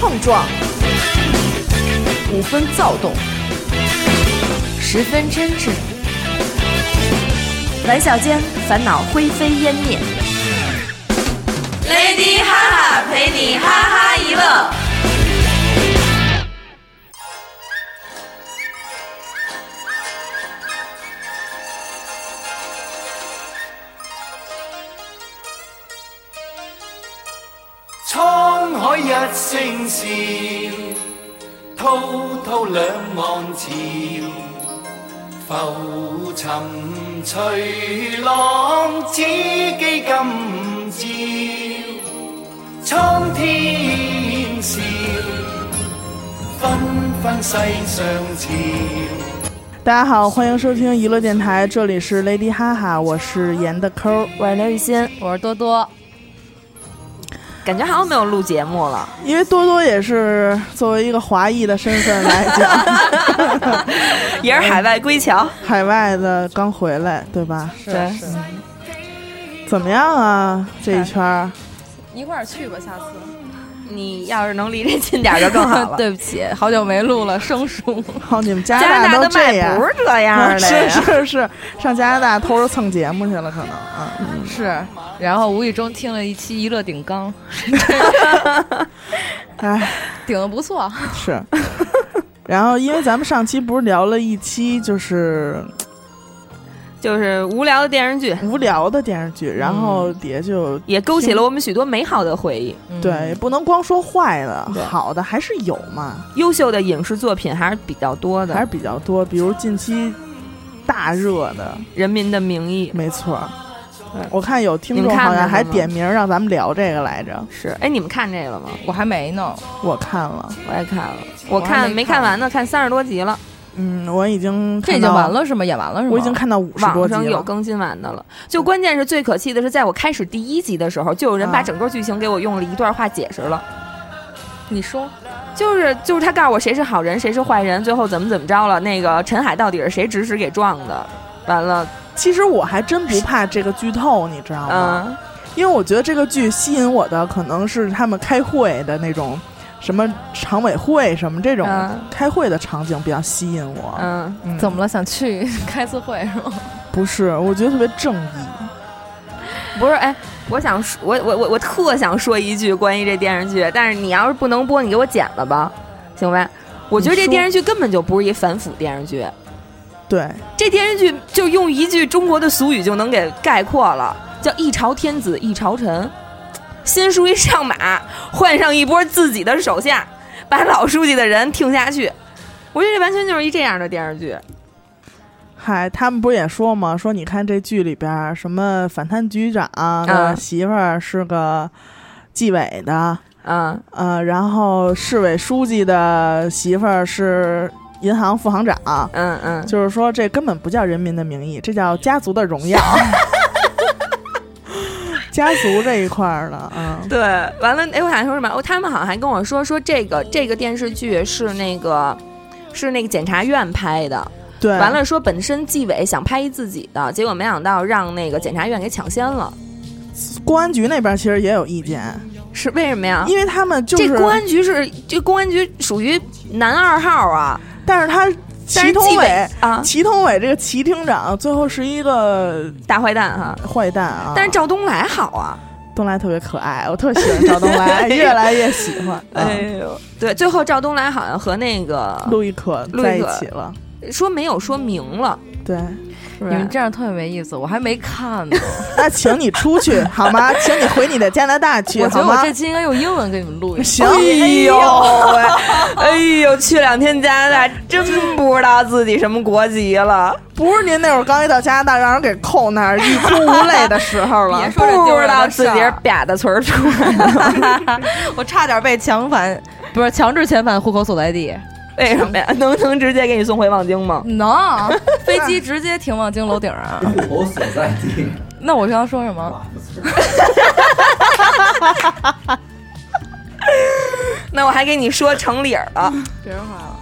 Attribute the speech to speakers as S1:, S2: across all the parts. S1: 碰撞，五分躁动，十分真挚。玩笑间，烦恼灰飞烟灭。
S2: Lady 哈哈陪你哈哈一乐。
S3: 沧海一聲笑，滔滔兩岸潮。浮沉隨浪，只記今朝。蒼天笑，紛紛世上潮。
S4: 大家好，欢迎收听娱乐电台，这里是 Lady 哈哈，我是严的抠儿，
S1: 我是刘雨欣，
S5: 我是多 多，
S1: 感觉好像没有录节目了。
S4: 因为多多也是作为一个华裔的身份来讲，
S1: 也是海外归侨，
S4: 海外的刚回来，对吧？
S1: 对，
S4: 怎么样啊？这一圈儿，
S5: 一块儿去吧，下次。
S1: 你要是能离这近点儿就更好了。
S5: 对不起，好久没录了，生疏。
S4: 好，你们加
S1: 加拿
S4: 拿
S1: 大
S4: 都
S1: 的
S4: 这
S1: 麦
S4: 样
S1: 不。是这样的呀
S4: 是 是是，上加拿大偷着蹭节目去了，可能啊。嗯
S5: 是，然后无意中听了一期《一乐顶缸
S4: 哎，》，
S5: 顶的不错。
S4: 是。然后，因为咱们上期不是聊了一期就是
S1: 就是无聊的电视剧，
S4: 无聊的电视剧，然后底下就
S1: 也勾起了我们许多美好的回忆。
S5: 嗯
S4: 对，，不能光说坏的，好的还是有嘛，
S1: 优秀的影视作品还是比较多的，
S4: 还是比较多。比如近期大热的，
S1: 《人民的名义》
S4: 没错儿，我看有听
S1: 你
S4: 众
S1: 们看
S4: 好像
S1: 了
S4: 还
S1: 吗
S4: 点名让咱们聊这个来着，
S5: 嗯
S1: 是。哎，你们看这个了吗？
S5: 我还没呢。
S4: 我看了，
S1: 我也看了，我
S5: 我还
S1: 看
S5: 没
S1: 没
S5: 看
S1: 看完呢，看三十多集了，
S4: 嗯，我已经
S5: 这
S4: 看
S5: 已经
S4: 到
S5: 完，了是吗？演完了是吗？
S4: 我已经看到五十多
S1: 网
S4: 集
S1: 上有
S4: 了，嗯
S1: 更新完的了。就关键是最可气的是，在我开始第一集的时候，就有人把
S4: 啊
S1: 整个剧情给我用了一段话解释了，
S5: 你说
S1: 就是就是他告诉我谁是好人，谁是坏人，最后怎么怎么着了，那个陈海到底是谁指使给撞的。完了，
S4: 其实我还真不怕这个剧透，你知道吗？
S1: 嗯，
S4: 因为我觉得这个剧吸引我的可能是他们开会的那种。什么常委会什么这种
S1: 啊
S4: 开会的场景比较吸引我，
S1: 嗯，
S4: 嗯
S5: 嗯怎么了？想去开次会是 吗？
S4: 不是？我觉得特别正义，
S1: 不是，哎，我想说，我我我我特想说一句关于这电视剧，但是你要是不能播，你给我剪了吧，行呗？我觉得
S4: 你
S1: 这
S4: 说
S1: 电视剧根本就不是一反腐电视剧，
S4: 对，
S1: 这电视剧就用一句中国的俗语就能给概括了，叫“一朝天子一朝臣”。新书一上马，换上一波自己的手下，把老书记的人听下去。我觉得这完全就是一这样的电视剧。
S4: 嗨，他们不是也说吗？说你看这剧里边儿什么反贪局长
S1: 啊
S4: 的媳妇儿是个纪委的，
S1: 嗯，
S4: 呃，然后市委书记的媳妇儿是银行副行长，
S1: 嗯嗯，
S4: 就是说这根本不叫《人民的名义》，这叫家族的 荣耀。家族这一块儿的，嗯，
S1: 对，完了，哎，我想说什么？哦，他们好像还跟我说说这个这个电视剧是那个是那个检察院拍的，
S4: 对，
S1: 完，了说本身纪委想拍一自己的，结果没想到让那个检察院给抢先了，
S4: 公安局那边其实也有意见，
S1: 是为什么呀？
S4: 因为他们就是，
S1: 啊这公安局是这公安局属于男二号啊，
S4: 但是他
S1: 但是
S4: 祁
S1: 纪
S4: 同
S1: 委
S4: 伟，
S1: 啊
S4: 祁同伟这个祁厅长最后是一个
S1: 大坏蛋哈、
S4: 坏蛋啊！
S1: 但是赵东来好啊，
S4: 东来特别可爱，我特喜欢赵东来，越来越喜欢。嗯，
S1: 哎呦，对，最后赵东来好像和那个
S4: 陆亦可
S1: 陆亦可
S4: 啊在一起了，
S1: 说没有说明了，
S4: 对。
S1: 是
S5: 你
S1: 吧
S5: 们这样特别没意思，我还没看 呢。
S4: 那请你出去好吗？请你回你的加拿大去
S5: 我觉
S4: 好
S5: 得我
S4: 吗？
S5: 这期应该用英文给你们录一下。
S1: 哎
S4: 行，
S1: 呦喂，哎呦，去两天加拿大，真不知道自己什么国籍 了，
S4: 不是您那会儿刚一到加拿大，让人给扣那儿一哭无泪的时候了
S5: 别。说这丢
S1: 不知
S5: 人
S1: 道
S5: 的
S1: 自
S5: 事
S1: 己是
S5: 儿，
S1: 吧嗒村儿出 来的，
S5: 我差点被强返， 不是强制遣返户口所在地。
S1: 为什么呀？能能直接给你送回望京吗？
S5: 能， 飞机直接停望京楼顶儿。啊
S6: 户口所在地。
S5: 那我刚刚说什么？
S1: 那我还给你说城里儿了，嗯
S5: 别人话了。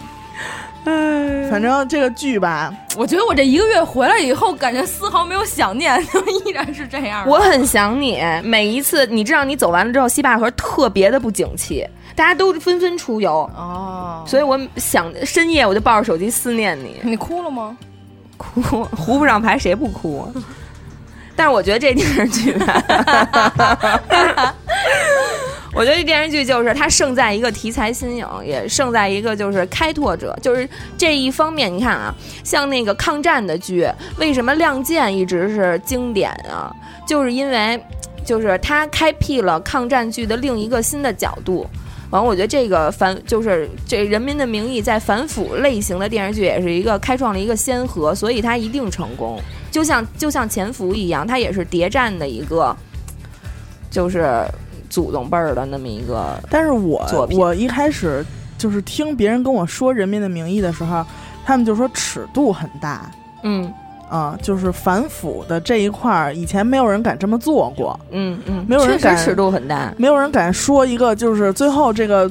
S4: 反正这个剧吧，
S6: 我觉得我这一个月回来以后，感觉丝毫没有想 念，就依然是这样。
S1: 我很想你，每一次你知道你走完了之后，西坝河特别的不景气，大家都纷纷出游，
S6: 哦，
S1: 所以我想深夜我就抱着手机思念你，
S6: 你哭了吗？
S1: 哭胡不上牌谁不哭啊？但是我觉得这电视剧吧， 我觉得这电视剧就是它胜在一个题材新颖，也胜在一个就是开拓者，就是这一方面。你看啊，像那个抗战的剧，为什么《亮剑》一直是经典啊？就是因为就是它开辟了抗战剧的另一个新的角度。完，我觉得这个反就是这《人民的名义》在反腐类型的电视剧也是一个开创了一个先河，所以它一定成功。就像就像潜伏一样，它也是谍战的一个，就是祖宗辈儿的那么一个。
S4: 但是我
S1: 作品
S4: 我一开始就是听别人跟我说《人民的名义》的时候，他们就说尺度很大
S1: 嗯
S4: 啊、就是反腐的这一块儿，以前没有人敢这么做过，
S1: 嗯嗯，
S4: 没有人
S1: 确
S4: 敢
S1: 实尺度很大。
S4: 没有人敢说一个就是最后这个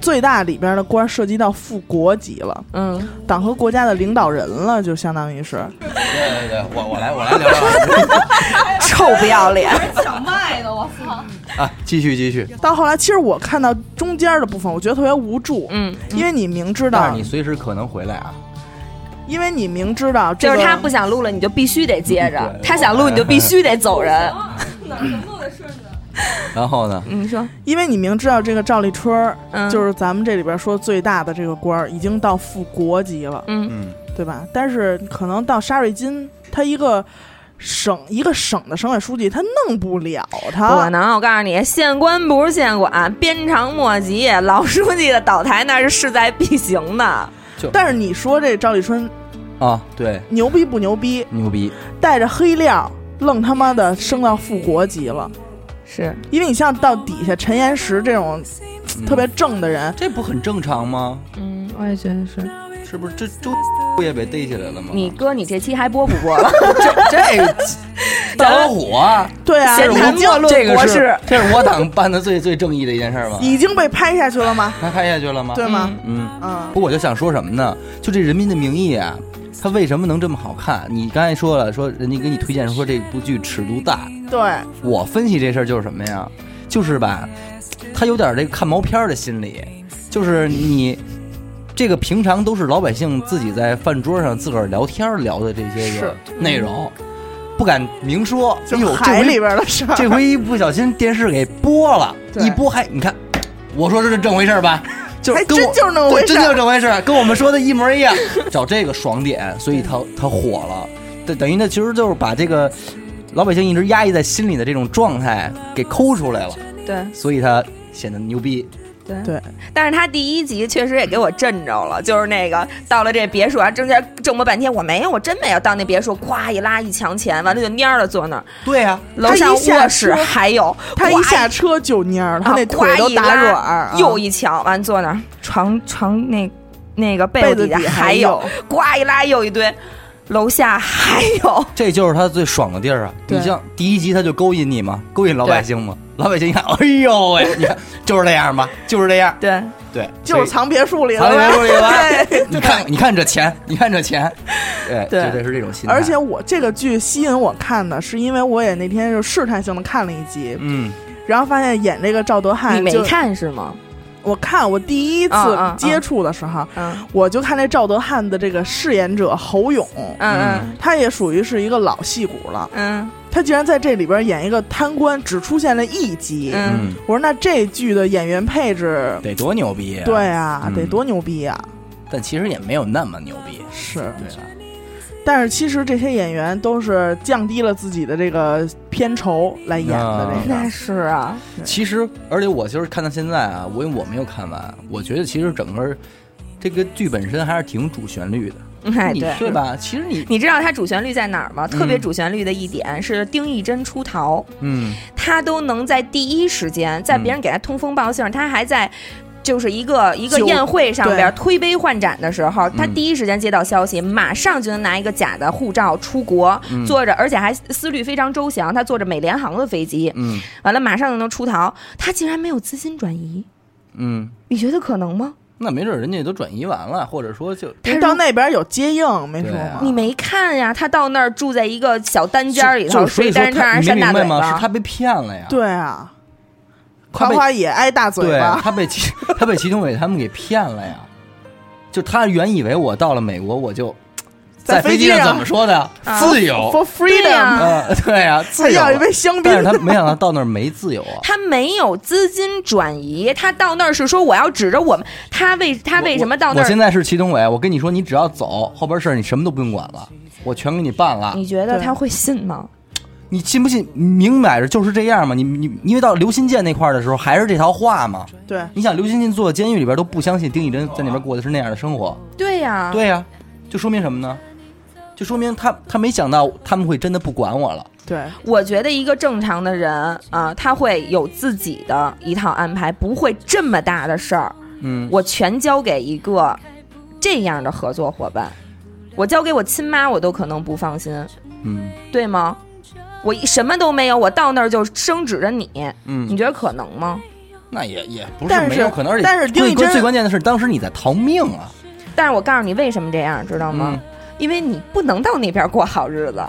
S4: 最大里边的官涉及到副国级了，
S1: 嗯，
S4: 党和国家的领导人了，就相当于是。
S7: 对对对，我我来我来聊聊
S1: 臭不要脸。
S6: 抢麦的，我操！
S7: 啊，继续继续。
S4: 到后来，其实我看到中间的部分，我觉得特别无助，
S1: 嗯，
S4: 因为你明知
S7: 但
S4: 道
S7: 是你，随时可能回来啊。
S4: 因为你明知道这
S1: 就
S4: 个
S1: 是他不想录了，你就必须得接着；
S7: 对
S1: 他想录，你就必须得走人。
S6: 哪什么都得顺着。
S7: 然后呢？
S1: 嗯你说，
S4: 因为你明知道这个赵立春儿，
S1: 嗯，
S4: 就是咱们这里边说最大的这个官儿，已经到副国级了，
S1: 嗯
S7: 嗯，
S4: 对吧？但是可能到沙瑞金，他一个省一个省的省委书记，他弄不了
S1: 不可
S4: 他。
S1: 能，我告诉你，县官不是县管，鞭长莫及。老书记的倒台那是势在必行的。
S4: 但是你说这赵立春
S7: 啊，对，
S4: 牛逼不牛逼？
S7: 牛逼。
S4: 带着黑料，愣他妈的升到副国级了。
S1: 是，
S4: 因为你像到底下陈岩石这种
S7: 嗯
S4: 特别正的人，
S7: 这不很正常吗？
S1: 嗯，
S5: 我也觉得是。
S7: 是不是这周不也被逮起来了吗？
S1: 你哥，你这期还播不播了？
S7: 这大老虎啊，
S4: 对啊，
S1: 闲
S4: 已
S1: 谈
S4: 经
S1: 末论
S7: 这个
S1: 博
S7: 是
S1: 士，
S7: 这是我党办的最最正义的一件事儿吗？
S4: 已经被拍下去了吗？
S7: 还拍下去了吗？
S4: 对吗？
S7: 嗯。
S4: 嗯，
S7: 不过我就想说什么呢？就这《人民的名义》啊，它为什么能这么好看？你刚才说了，说人家给你推荐说这部剧尺度大，
S4: 对，
S7: 我分析这事儿就是什么呀？就是吧，他有点这个看毛片儿的心理，就是你这个平常都是老百姓自己在饭桌上自个儿聊天儿聊的这些个内容，不敢明说。哎
S4: 就
S7: 呦，这
S4: 海里
S7: 回
S4: 边的事儿。
S7: 这回一不小心电视给播了，
S1: 对
S7: 一播还你看，我说这是正回事儿 吧？就
S4: 还
S7: 跟我
S4: 真就是那么回
S7: 对
S4: 事
S7: 真就
S4: 儿
S7: 是这回事儿，跟我们说的一模一样。找这个爽点，所以他他火了。等等于呢，其实就是把这个老百姓一直压抑在心里的这种状态给抠出来了，
S1: 对。
S7: 所以他显得牛逼。
S1: 但是他第一集确实也给我震着了，就是那个到了这别墅啊，中间挣磨半天，我没有，我真没有。到那别墅，咵一拉一墙钱，完了就蔫儿了，坐那儿。
S7: 对
S4: 啊
S7: 呀、
S1: 楼上卧室还有，
S4: 他一
S1: 咵
S4: 下车就蔫儿了，他
S1: 啊
S4: 那腿都
S1: 咵一拉
S4: 打软儿啊，
S1: 又一墙，完了坐那儿，床床那那个被
S4: 被
S1: 子
S4: 子
S1: 底
S4: 底
S1: 下
S4: 还
S1: 还有，咵一拉又一堆，楼下还 有。
S7: 这就是他最爽的地儿啊！
S4: 对
S7: 你像第一集他就勾引你嘛，勾引老百姓嘛，老百姓一看，哎呦喂，你看就是这样吧，就是这样，
S1: 对，
S7: 对，
S4: 就是藏别墅里
S7: 藏
S4: 了
S7: 在
S4: 呗。
S7: 屋里了。你看，你看这钱，你看这钱，对，
S1: 对
S7: 绝对是这种心态。
S4: 而且，我这个剧吸引我看的，是因为我也那天就试探性的看了一集，
S7: 嗯，
S4: 然后发现演这个赵德
S1: 你
S4: 汉
S1: 没
S4: 就，
S1: 看是吗？
S4: 我看我第一次
S1: 嗯嗯嗯
S4: 接触的时候，
S1: 嗯
S4: 我就看这赵德汉的这个饰演者侯勇，
S1: 嗯
S4: 他也属于是一个老戏骨了。
S1: 嗯
S4: 他竟然在这里边演一个贪官，只出现了一集。
S1: 嗯
S7: 嗯，
S4: 我说那这剧的演员配置，
S7: 得多牛逼啊！
S4: 对，啊，
S7: 嗯
S4: 得多牛逼啊！
S7: 但其实也没有那么牛逼。
S4: 是，
S7: 对啊，
S4: 但是其实这些演员都是降低了自己的这个片酬来演的
S1: 嗯，
S4: 这
S1: 那
S4: 个。
S1: 是啊，
S7: 其实，而且我就是看到现在啊，我因为我没有看完，我觉得其实整个这个剧本身还是挺主旋律的，
S1: 哎
S7: 你
S1: 对。
S7: 对吧？其实 你，
S1: 你知道它主旋律在哪儿吗？特别
S7: 嗯
S1: 主旋律的一点是丁义珍出逃，
S7: 嗯，
S1: 他都能在第一时间，在别人给他通风报信儿，他还在。就是一个一个
S4: 酒
S1: 宴会上边
S4: 对
S1: 推杯换盏的时候，他
S7: 嗯
S1: 第一时间接到消息，马上就能拿一个假的护照出国，
S7: 嗯
S1: 坐着而且还思虑非常周详，他坐着美联航的飞机，
S7: 嗯
S1: 完了马上就能出逃，他竟然没有资金转移，
S7: 嗯，
S1: 你觉得可能吗？
S7: 那没准人家都转移完了，或者说就
S4: 因为到那边有接应，没说
S7: 对啊
S4: 吗？
S1: 你没看呀？他到那儿住在一个小单间儿里头，
S7: 就所以说
S1: 单人
S7: 他
S1: 让人扇
S7: 你没
S1: 大
S7: 明
S1: 嘴
S7: 白吗？
S1: 巴。
S7: 是他被骗了呀，
S4: 对啊，
S7: 他
S4: 夸
S7: 被
S4: 夸也挨大嘴
S7: 对啊
S4: 巴，
S7: 他被祁他被祁同伟他们给骗了呀。就他原以为我到了美国，我就在
S4: 飞
S7: 飞
S4: 机
S7: 机上怎么说的？自由。
S4: for
S1: 啊
S4: freedom，
S7: 呃，对呀，
S4: 他
S7: 自由
S4: 要。一杯香槟
S7: 但是。他没想到到那儿没自由啊。
S1: 他没有资金转移，他到那儿是说我要指着我们，他为 他为什么到那
S7: 我现
S1: 儿？
S7: 在是祁同伟，我跟你说，你只要走，后边事儿你什么都不用管了，我全给你办了。
S1: 你觉得他会信吗？
S7: 你信不信？明摆着就是这样嘛。你你因为到刘新建那块儿的时候，还是这套话嘛。
S4: 对，
S7: 你想，刘新建坐监狱里边都不相信丁义珍在那边过的是那样的生活，
S1: 对呀、
S7: 对呀、就说明什么呢？就说明他他没想到他们会真的不管我了。
S4: 对，
S1: 我觉得一个正常的人啊，他会有自己的一套安排，不会这么大的事儿，
S7: 嗯，
S1: 我全交给一个这样的合作伙伴。我交给我亲妈，我都可能不放心，
S7: 嗯
S1: 对吗？我一什么都没有，我到那儿就生指着你，你
S7: 嗯，
S1: 觉得可能吗？
S7: 那也也不
S4: 但
S7: 是
S4: 是
S7: 没有可能，而且
S4: 但是丁义
S7: 最
S4: 珍
S7: 最关键的是，当时你在逃命啊，
S1: 但是我告诉你为什么这样，知道吗？
S7: 嗯
S1: 因为你不能到那边过好日子。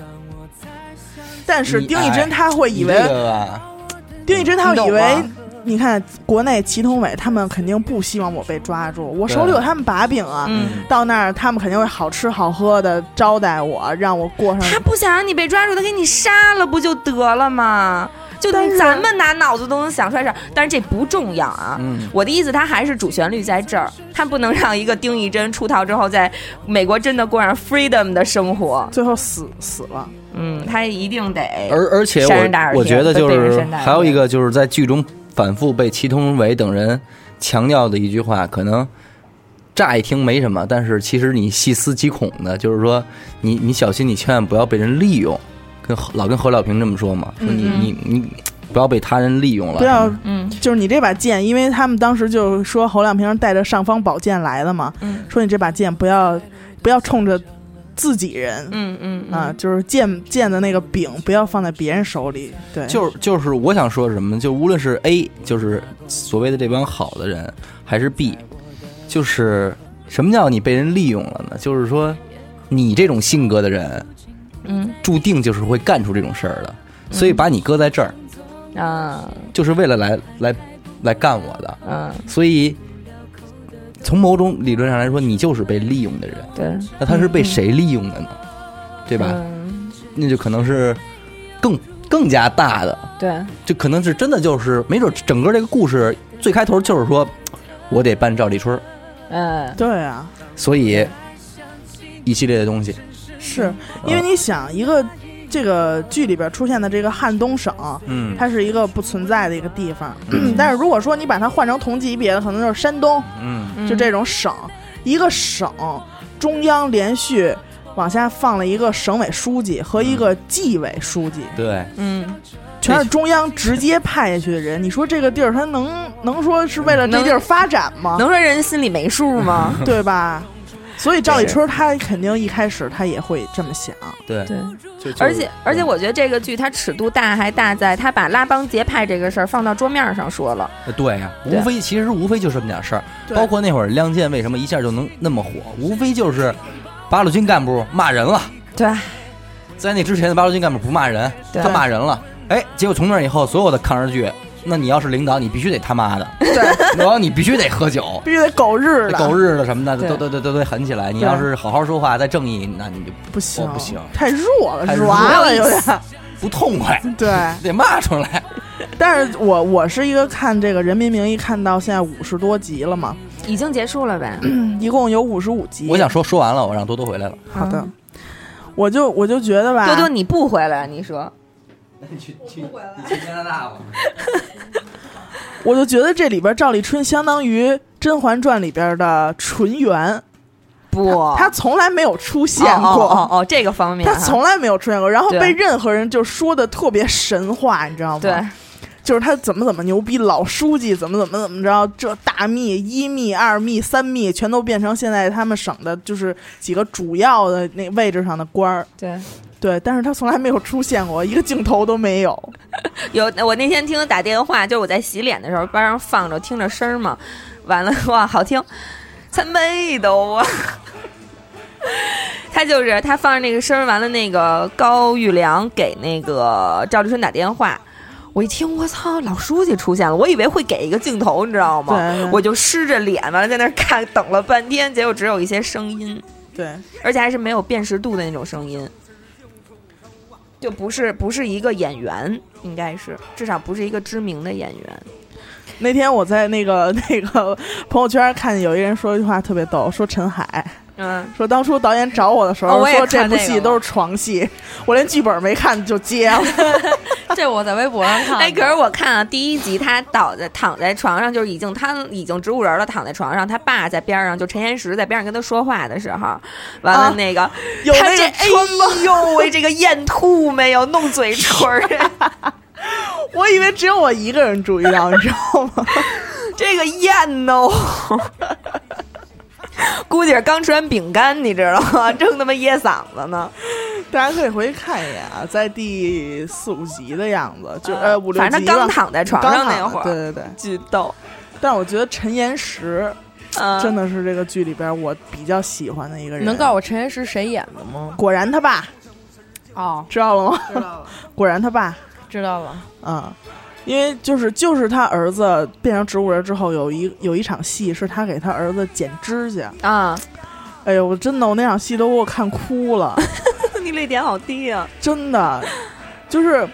S4: 但是
S7: 你
S4: 丁义
S7: 哎
S4: 珍他会以
S7: 你这
S4: 为，
S7: 个啊吧
S4: 丁义珍他会以
S7: 你
S4: 为
S7: 懂，啊
S4: 你看国内祁同伟他们肯定不希望我被抓住，我手
S7: 对
S4: 里有他们把柄啊，
S1: 嗯，
S4: 到那儿他们肯定会好吃好喝的招待我，让我过
S7: 嗯
S1: 他
S4: 上。
S1: 不想让你被抓住，他给你杀了不就得了吗？就
S4: 但是
S1: 咱们拿脑子都能想出来事儿，但是这不重要啊。
S7: 嗯，
S1: 我的意思，他还是主旋律在这儿，他不能让一个丁义珍出逃之后，在美国真的过上 freedom 的生活。
S4: 最后死死了，
S1: 嗯，他一定得
S7: 而而且
S1: 山人大耳
S7: 我我觉得
S1: 贴
S7: 就
S1: 被人
S7: 是
S1: 山大耳
S7: 还有一
S1: 贴
S7: 个就是在剧中反复被祁同伟等人强调的一句话，可能乍一听没什么，但是其实你细思极恐的，就是说你你小心，你千万不要被人利用。跟何老跟何小平这么说嘛，说你你你不要被他人利用了，
S4: 不要
S1: 嗯，
S4: 啊就是你这把剑，因为他们当时就说侯亮平是带着尚方宝剑来的嘛，
S1: 嗯
S4: 说你这把剑不要不要冲着自己人，
S1: 嗯嗯嗯
S4: 啊，就是剑剑的那个柄不要放在别人手里，
S1: 哎
S4: 对，
S7: 就是就是我想说什么，就无论是 A，就是所谓的这帮好的人，还是 B，就是什么叫你被人利用了呢？就是说你这种性格的人，
S1: 嗯
S7: 注定就是会干出这种事儿的，所以把你搁在这儿，
S1: 啊
S7: 就是为了来来来干我的。
S1: 嗯，
S7: 所以从某种理论上来说，你就是被利用的人。
S1: 对，
S7: 那他是被谁利用的呢？对吧？
S1: 嗯，
S7: 那就可能是更更加大的。
S1: 对，
S7: 这可能是真的就是，没准整个这个故事最开头就是说，我得办赵立春儿，
S1: 嗯，
S4: 对啊，
S7: 所以一系列的东西，
S1: 嗯
S4: 是因为你想一个这个剧里边出现的这个汉东省，
S7: 嗯
S4: 它是一个不存在的一个地方， 但是如果说你把它换成同级别的，可能就是山东，
S7: 嗯
S4: 就这种省，一个省中央连续。往下放了一个省委书记和
S7: 嗯
S4: 一个纪委书记，
S7: 对，
S1: 嗯，
S4: 全是中央直接派下去的人。你说这个地儿，他能能说是为了这
S1: 能
S4: 地儿发展吗？
S1: 能说人心里没数吗？
S4: 对吧？所以赵立春他肯定一开始他也会这么 想，
S7: 对
S1: 对，
S7: 就
S1: 而且而且，我觉得这个剧它尺度大还大在它把拉帮结派这个事儿放到桌面上说了，
S7: 呃对呀、
S1: 对
S7: 无非其实无非就是这么点事儿，
S4: 对
S7: 包括那会儿《亮剑》为什么一下就能那么火，无非就是八路军干部骂人了，
S1: 对，
S7: 在那之前的八路军干部不骂人，
S1: 对
S7: 他骂人了，哎，结果从那以后所有的抗日剧，那你要是领导，你必须得他 妈的，对，然后你必须得喝酒，
S4: 必须得狗日的，
S7: 狗日的什么的
S1: 对
S7: 都都都都得狠起来。你要是好好说话，再正义，那你就
S4: 不行
S7: 我不行
S4: 太弱了，
S7: 太弱
S4: 软了有点。
S7: 不痛快，
S4: 对，
S7: 得骂出来。
S4: 但是我我是一个看这个《人民名义》看到现在五十多集了嘛，
S1: 已经结束了呗。
S4: 一共有五十五集。
S7: 我想说说完了，我让多多回来了。
S4: 好的，嗯我就我就觉得吧，
S1: 嗯多多，你不回来，啊你说
S7: 那你去去去加拿大吧。
S4: 我就觉得这里边赵立春相当于《甄嬛传》里边的纯元，
S1: 不？
S4: 他从来没有出现
S1: 哦
S4: 过。
S1: 哦哦哦，这个方面
S4: 他
S1: 哈，
S4: 从来没有出现过，然后
S1: 对
S4: 被任何人就说的特别神话，你知道吗？
S1: 对，
S4: 就是他怎么怎么牛逼，老书记怎么怎么怎么着，这大秘、一秘、二秘、三秘全都变成现在他们省的就是几个主要的那位置上的官儿。
S1: 对，
S4: 对，但是他从来没有出现过，一个镜头都没有。
S1: 有我那天听 他打电话，就是我在洗脸的时候，边上放着听着声儿嘛，完了哇，好听。他妹的我。 他就是他放着那个声儿，完了那个高玉良给那个赵立春打电话，我一听我操，老书记出现了，我以为会给一个镜头，你知道吗？
S4: 对
S1: 我就湿着脸完了在那儿看，等了半天，结果只有一些声音，
S4: 对，
S1: 而且还是没有辨识度的那种声音，就不是不是一个演员，应该是至少不是一个知名的演员。
S4: 那天我在那个 那个朋友圈看见有一个人说一句话特别逗，说陈海
S1: 嗯，
S4: 说当初导演找我的时候、
S6: 哦我也
S4: 说这
S6: 看
S4: 部
S6: 那个
S4: 戏都是床戏，我连剧本没看就接了。
S6: 这我在微博上看。
S1: 哎，可是我看啊，第一集他倒在躺在床上，就是已经他已经植物人了，躺在床上，他爸在边上，就陈岩石在边上跟他说话的时候，完了
S4: 啊
S1: 那个、
S4: 有
S1: 他
S4: 那
S1: 这
S4: 个
S1: 哎呦喂，这个 咽吐没有，弄嘴唇 儿，
S4: 我以为只有我一个人注意到，你知道吗？
S1: 这个咽哦。 估计是刚吃完饼干，你知道吗？正他妈噎嗓子 呢，
S4: 大家可以回去看一眼啊，在第四五集的样子，就
S1: 啊
S4: 呃五六集
S1: 反
S4: 吧。
S1: 正他刚躺在床上
S4: 刚躺
S1: 那会儿
S4: 对对对。
S1: 巨逗。
S4: 但我觉得陈岩石
S1: 嗯，
S4: 真的是这个剧里边我比较喜欢的一个人。
S5: 能告诉我陈岩石谁演的吗？
S4: 果然他爸
S5: 哦，
S4: 知道了吗？
S5: 知道了，
S4: 果然他爸，
S5: 知道了。
S4: 嗯，因为就是就是他儿子变成植物人之后，有一有一场戏是他给他儿子剪指甲，
S1: 啊，
S4: 哎呦，我真的我那场戏都给我看哭了，
S1: 你泪点好低啊！
S4: 真的，就是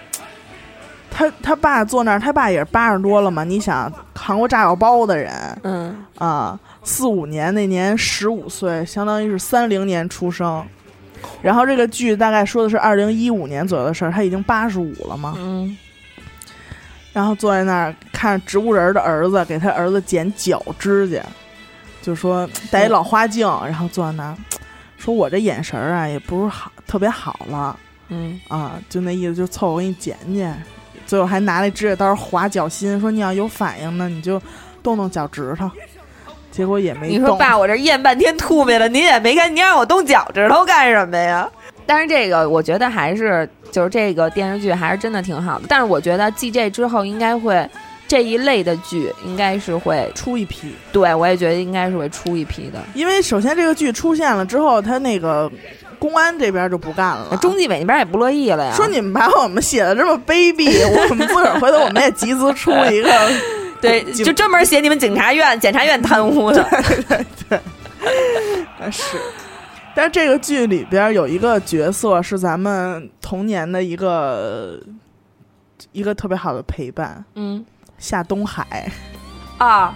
S4: 他他爸坐那儿，他爸也是八十多了嘛，你想扛过炸药包的人
S1: 嗯，
S4: 啊，四五年那年十五岁，相当于是三零年出生。然后这个剧大概说的是二零一五年左右的事儿，他已经八十五了嘛，
S1: 嗯，
S4: 然后坐在那儿看植物人儿的儿子给他儿子剪脚指甲，就说戴一老花镜，然后坐在那儿说：“我这眼神儿啊也不是好特别好了，
S1: 嗯
S4: 啊，就那意思，就凑合给你剪剪。”最后还拿那指甲刀划脚心，说：“你要有反应呢，你就动动脚趾头。” 结果也没
S1: 你说
S4: 动。
S1: 爸，我这咽半天吐沫了，您也没看，您让我动脚趾头干什么呀？但是这个，我觉得还是就是这个电视剧还是真的挺好的。但是我觉得继这之后，应该会这一类的剧应该是会，
S4: 出一批，
S1: 对我也觉得应该是会出一批的。
S4: 因为首先这个剧出现了之后，他那个公安这边就不干了，
S1: 哎中纪委那边也不乐意了呀，
S4: 说你们把我们写的这么卑鄙，我们自个儿回头我们也集资出一个
S1: 对，
S4: 警
S1: 就专门写你们检察院、检察院贪污的。
S4: 是。但是这个剧里边有一个角色是咱们童年的一个呃一个特别好的陪伴，
S1: 嗯
S4: 夏东海。
S1: 啊，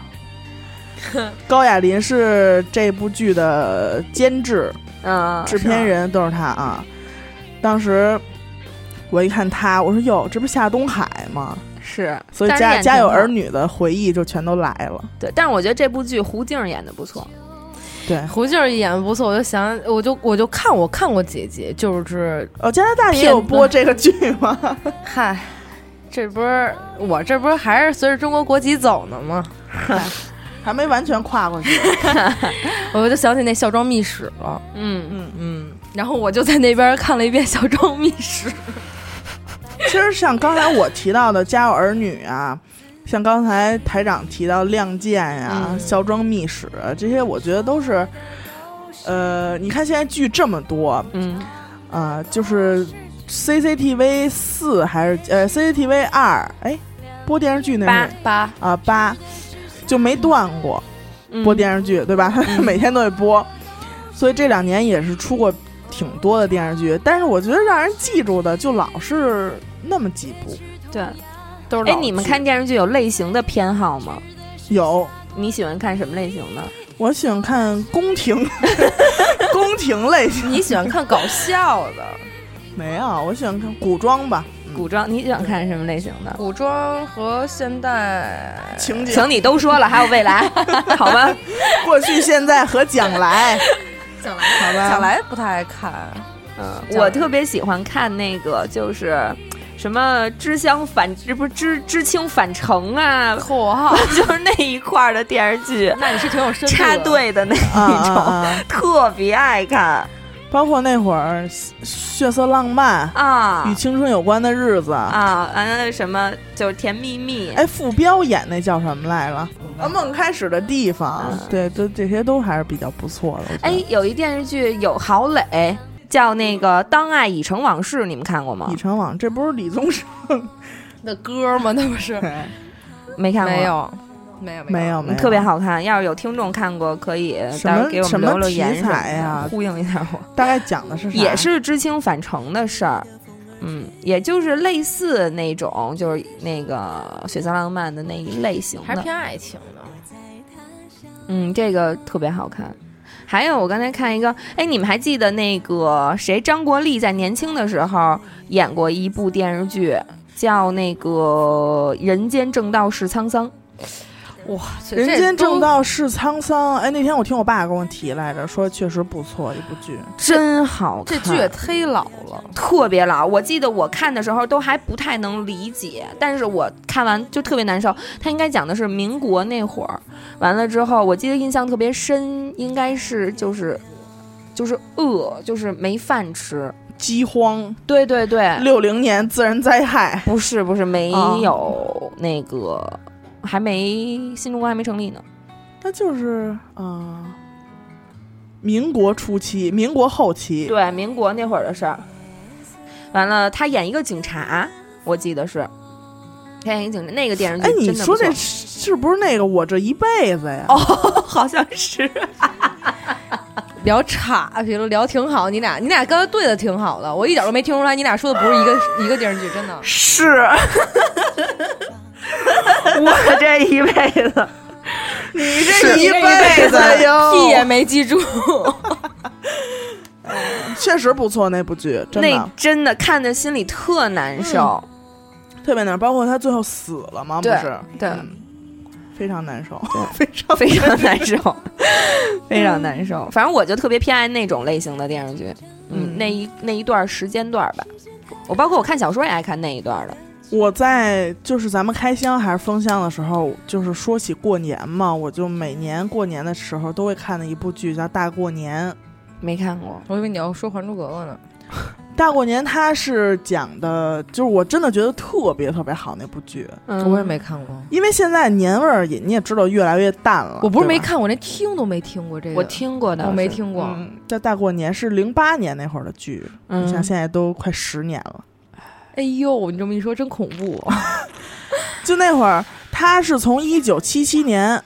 S4: 高亚麟是这部剧的监制、
S1: 嗯，
S4: 制片人，都是他啊。当时我一看他，我说：“哟，这不是夏东海吗
S1: 是，？”
S4: 所以
S1: 但是
S4: 家
S1: 演
S4: 家有
S1: 挺好
S4: 儿女的回忆就全都来了。
S1: 对，但是我觉得这部剧胡静演的不错。
S4: 对，
S5: 胡静儿演的不错，我就想，我就我就看我看过几集，就是
S4: 哦，加拿大也有
S5: 骗子
S4: 播这个剧吗？
S5: 嗨，这不是我这不是还是随着中国国籍走呢吗？
S4: 还没完全跨过去。
S5: 我就想起那《孝庄秘史》了，
S1: 嗯，
S5: 嗯，然后我就在那边看了一遍《孝庄秘史》，
S4: 其实像刚才我提到的《家有儿女》啊，像刚才台长提到《亮剑》呀、
S1: 嗯
S4: 孝庄秘史》啊这些，我觉得都是，呃，你看现在剧这么多，
S1: 嗯，
S4: 啊，就是 CCTV 四还是呃 CCTV 二，哎，播电视剧
S5: 嗯
S4: 那
S1: 八
S4: 会
S5: 八
S4: 儿啊八，就没断过。
S1: 嗯
S4: 播电视剧，对吧？ 每天都得播，所以这两年也是出过挺多的电视剧，但是我觉得让人记住的就老是那么几部。
S1: 对。
S5: 都是
S1: 哎
S5: 老，
S1: 你们
S5: 剧
S1: 看电视剧有类型的偏好吗？
S4: 有，
S1: 你喜欢看什么类型的？
S4: 我喜欢看 宫廷，宫廷类型
S5: 你喜欢看搞笑的
S4: 没有，我喜欢看古装吧，
S1: 古装，你喜欢看什么类型的？
S5: 古装和现代，
S4: 情景
S1: 行，你都说了，还有未 来，好吗？嗯
S4: 过去、现在和将 来。
S5: 想来好
S4: 嗯
S5: 吧，想来不太爱看，
S1: 嗯，我特别喜欢看那个，就是什么知乡返，这不是知知青返城啊，
S5: 嚯，
S1: 就是那一块儿的电视剧，
S5: 那你是挺有深度的
S1: 插队的那一
S4: 啊啊
S1: 种，
S4: 啊！
S1: 特别爱看。
S4: 包括那会儿《血色浪漫》
S1: 啊
S4: 与青春有关的日子。
S1: 啊，完什么就是甜蜜蜜，
S4: 哎，傅彪演那叫什么来了？啊，梦开始的地方。
S1: 嗯
S4: 对，都这些都还是比较不错的。我觉得
S1: 哎，，有一电视剧有郝蕾，叫那个《当爱已成往事》，你们看过吗
S4: 李？成网这不是李宗 盛？
S5: 那歌吗？那不是
S1: 没看过，嗯
S5: 没有，没有，
S4: 没有，
S5: 有。
S4: 没有，
S1: 特别。好看。要是有听众看过，可以
S4: 什
S1: 到时
S4: 么
S1: 候给我
S4: 什
S1: 们留
S4: 么
S1: 留言
S4: 题
S1: 什么
S4: 材啊呀
S1: 的，呼应一下 我。
S4: 大概讲的是啥？
S1: 也是知青返城的事儿，嗯，也就是类似那种，就是那个《血色浪漫》的那一类型
S6: 还是
S1: 的，
S6: 偏爱情的。
S1: 嗯，这个特别好看。还有，我刚才看一个，哎，你们还记得那个谁，张国立在年轻的时候演过一部电视剧，叫那个《人间正道是沧桑》。
S6: 哇，这
S4: 人间
S6: 这都
S4: 正道是沧桑。哎，那天我听我爸跟我提来着，说确实不错一部剧。
S1: 真好看，
S6: 这剧也忒老了，
S1: 特别老，我记得我看的时候都还不太能理解，但是我看完就特别难受。他应该讲的是民国那会儿，完了之后，我记得印象特别深，应该是就是就是饿，就是没饭吃。
S4: 饥荒，
S1: 对对对，
S4: 六零年自然灾害，
S1: 不是不是没
S4: 哦
S1: 有那个，还没新中国还没成立呢。
S4: 那就是啊、呃民国初期、民国后期，
S1: 对，民国那会儿的事儿。完了，他演一个警察，我记得是，他演一个警察，那个电视剧
S4: 哎，你
S1: 真的
S4: 说
S1: 不错
S4: 这是不是那个我这一辈子呀？
S1: 哦，好像是。
S5: 聊岔劈了，聊挺好。你俩，你俩刚才对的挺好的，我一点都没听出来，你俩说的不是一个一个电视剧，真的。
S1: 是，我这一辈子，
S4: 你这一辈子
S5: 屁也
S4: 哟，
S5: 没记住。
S4: 确实不错那部剧，真
S1: 那
S4: 的啊
S1: 真的看着心里特难受。
S4: 特别难。包括他最后死了嘛，不
S1: 对
S4: 是？
S1: 对
S4: 嗯非常难受。
S1: 非常难 受，非常难受。反正我就特别偏爱那种类型的电视剧，嗯，
S4: 嗯
S1: 那一那一段时间段吧。我包括我看小说也爱看那一段的，
S4: 我在就是咱们开箱还是封箱的时候，就是说起过年嘛，我就每年过年的时候都会看的一部剧叫《大过年》。
S1: 没看过。
S5: 我以为你要说《还珠格格》呢。
S4: 大过年它是讲的，就是我真的觉得特别特别好那部剧，
S1: 嗯，
S5: 我也没看过。
S4: 因为现在年味儿也你也知道越来越淡了。
S5: 我不是没
S4: 对吧，
S5: 看，我连听都没听过这个。
S1: 我，听过的，
S5: 我没。听过。
S4: 嗯，在大过年是零八年那会儿的剧，
S1: 嗯
S4: 你，想现在都快十年了。
S5: 哎呦，你这么一说真恐怖。
S4: 就那会儿，他是从一九七七年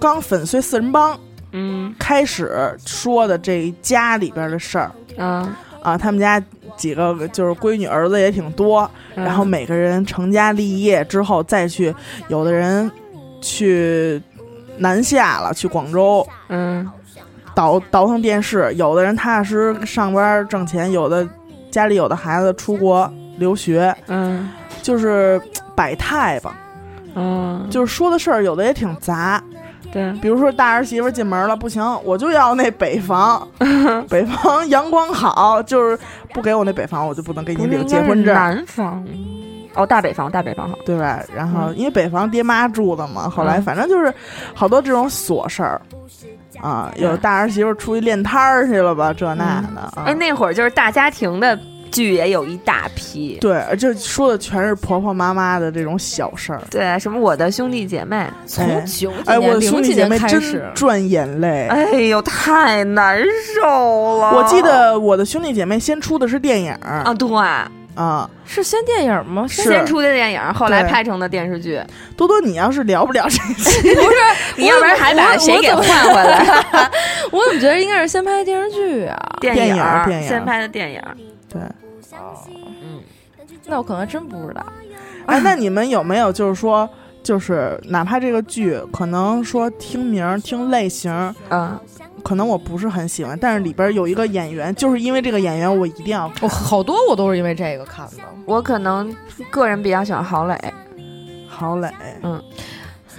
S4: 刚粉碎四人帮
S1: 嗯
S4: 开始说的这一家里边的事儿。
S1: 啊，
S4: 啊，他们家几个就是闺女儿子也挺多，
S1: 嗯
S4: 然后每个人成家立业之后再去，有的人去南下了，去广州
S1: 嗯
S4: 倒倒腾电视，有的人踏踏实实上班挣钱，有的家里有的孩子出国留学，
S1: 嗯
S4: 就是百态吧。
S1: 嗯，
S4: 就是说的事儿有的也挺杂，
S1: 对，
S4: 比如说大儿媳妇进门了，不行，我就要那 北房，北房阳光好，就是不给我那北房，我就不能给你领结婚证。
S1: 南方，哦，大北方，大北方好。
S4: 对吧？然后
S1: 嗯
S4: 因为北方爹妈住的嘛，后来
S1: 嗯
S4: 反正就是好多这种琐事儿啊，有
S1: 嗯
S4: 大儿媳妇出去练摊儿去了吧，这那的啊
S1: 哎，。那会儿就是大家庭的剧也有一大批，
S4: 对，而且说的全是婆婆妈妈的这种小事儿。
S1: 对，什么我的兄弟姐妹，
S4: 哎
S5: 从九几
S4: 哎，我
S5: 年、
S4: 的
S5: 零
S4: 兄
S5: 几
S4: 弟姐
S5: 年
S4: 妹
S5: 开始
S4: 真，赚眼泪。
S1: 哎呦，太难受了。
S4: 我记得我的兄弟姐妹先出的是电影儿
S1: 啊，对，
S4: 啊，
S5: 是先电影吗？
S4: 是
S1: 先出的电影，后来
S4: 对
S1: 拍成的电视剧，
S4: 多多，你要是聊不了这些，
S1: 你要不然还把
S5: 我
S1: 谁
S5: 我
S1: 给
S5: 怎么
S1: 换回来？
S5: 我怎么觉得应该是先拍电视剧啊？
S1: 电影儿，
S4: 电影儿
S1: 先拍的电影儿。
S4: 对，
S1: 嗯，
S5: 那我可能还真不知道。
S4: 哎，那你们有没有就是说，就是哪怕这个剧可能说听名儿、听类型儿，
S1: 啊，
S4: 可能我不是很喜欢，但是里边有一个演员，就是因为这个演员，我一定要看。
S5: 我好多我都是因为这个看的。
S1: 我可能个人比较喜欢郝蕾，
S4: 郝蕾，
S1: 嗯，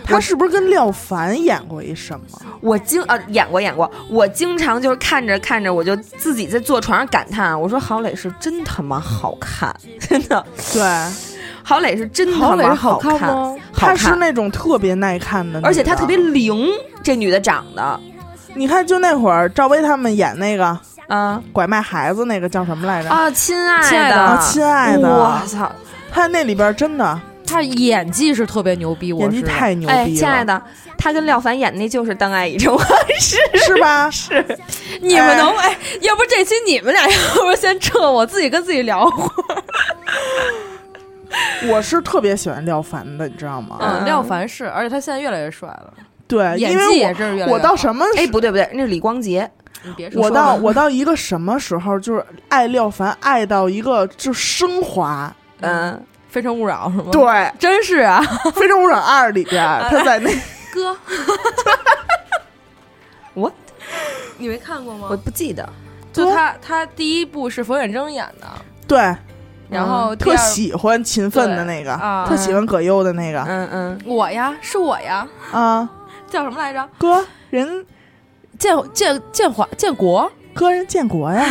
S4: 他是不是跟廖凡演过一什么？
S1: 我经啊演过演过，我经常就是看着看着，我就自己在坐床上感叹，啊我说郝蕾是真他妈好看，真的，
S4: 对，
S1: 郝蕾是真他
S5: 嗯好
S1: 妈
S5: 是好
S1: 看，
S5: 吗？
S1: 好
S4: 她是
S1: 看，
S4: 那种特别耐看的，
S1: 而且她特别。灵，这女的长得
S4: 你看，就那会儿赵薇他们演那个
S1: 啊啊
S4: 拐卖孩子那个叫什么来着？
S1: 啊，亲
S5: 亲
S1: 爱
S5: 爱
S1: 的，
S5: 的
S4: 啊，亲爱的
S1: 我，操！
S4: 他那里边真的
S5: 他演技是特别牛逼，我
S4: 演
S5: 是
S4: 技太牛逼了，
S1: 哎，亲爱的，他跟廖凡演的那就是《当爱已成往事》，
S4: 是 吧？
S5: 你们能哎，要不这期你们俩， 要不先撤，我自己跟自己聊会儿。
S4: 我是特别喜欢廖凡的，你知道吗？
S5: 嗯，廖凡是，而且他现在越来越帅了，
S4: 对，呃因
S5: 演技
S4: 为
S5: 也是越来越
S4: 我我到
S5: 好
S4: 什么时
S1: 哎，不对不对，那是李光洁。
S5: 你别说
S4: 我
S5: 了
S4: 到我到一个什么时候，就是爱廖凡爱到一个就升华。
S1: 嗯，
S5: 非诚勿扰是吗？
S4: 对，，《
S5: 真是啊，
S4: 非诚勿扰二》里边，他 在那
S5: 哥，
S1: 我
S5: 你没看过
S1: 我
S5: 吗？
S1: 不记得，
S5: 就他他第一部是冯远征演的，
S4: 对嗯
S5: 然后第
S4: 特
S5: 二
S4: 喜欢勤奋的那个
S5: 对啊，
S4: 特喜欢葛优的那个
S1: 嗯嗯，
S5: 我呀，是我呀，
S4: 啊，
S5: 叫什么来着？
S4: 哥人
S5: 建建建华建国，
S4: 哥人建国 呀。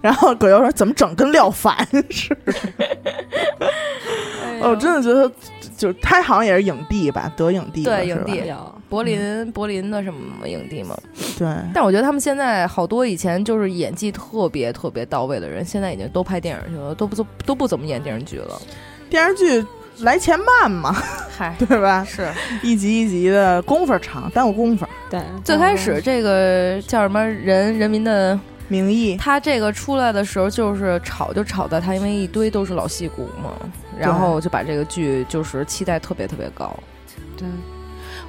S4: 然后葛优说：“怎么整跟廖凡似的？”
S5: 哎
S4: 哦，真的觉得就他好像也是影帝吧，得影帝了
S5: 对
S4: 是吧
S5: 影帝
S1: 嗯
S5: 柏林柏林的什么影帝嘛？
S4: 对。
S5: 但我觉得他们现在好多以前就是演技特别特别到位的人，现在已经都拍电影去了，都不都都不怎么演电视剧了。
S4: 电视剧来钱慢嘛，
S5: 嗨，
S4: 对吧？
S5: 是
S4: 一集一集的功夫长，耽误功夫。
S1: 对，
S5: 最开始这个叫什么人人民的，
S4: 名义
S5: 他这个出来的时候就是炒就炒在他，因为一堆都是老戏骨嘛，然后就把这个剧就是期待特别特别高。
S1: 对，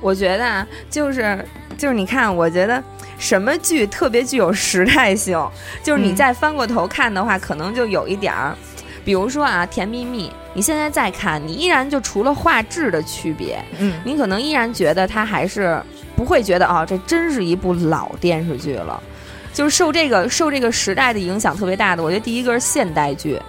S1: 我觉得啊，就是就是你看，我觉得什么剧特别具有时代性，就是你
S5: 嗯
S1: 再翻过头看的话，可能就有一点儿，比如说啊，《甜蜜蜜》，你现在再看，你依然就除了画质的区别，
S4: 嗯，
S1: 你可能依然觉得它还是不会觉得啊、这真是一部老电视剧了。就是受这个受这个时代的影响特别大的，我觉得第一个是现代剧，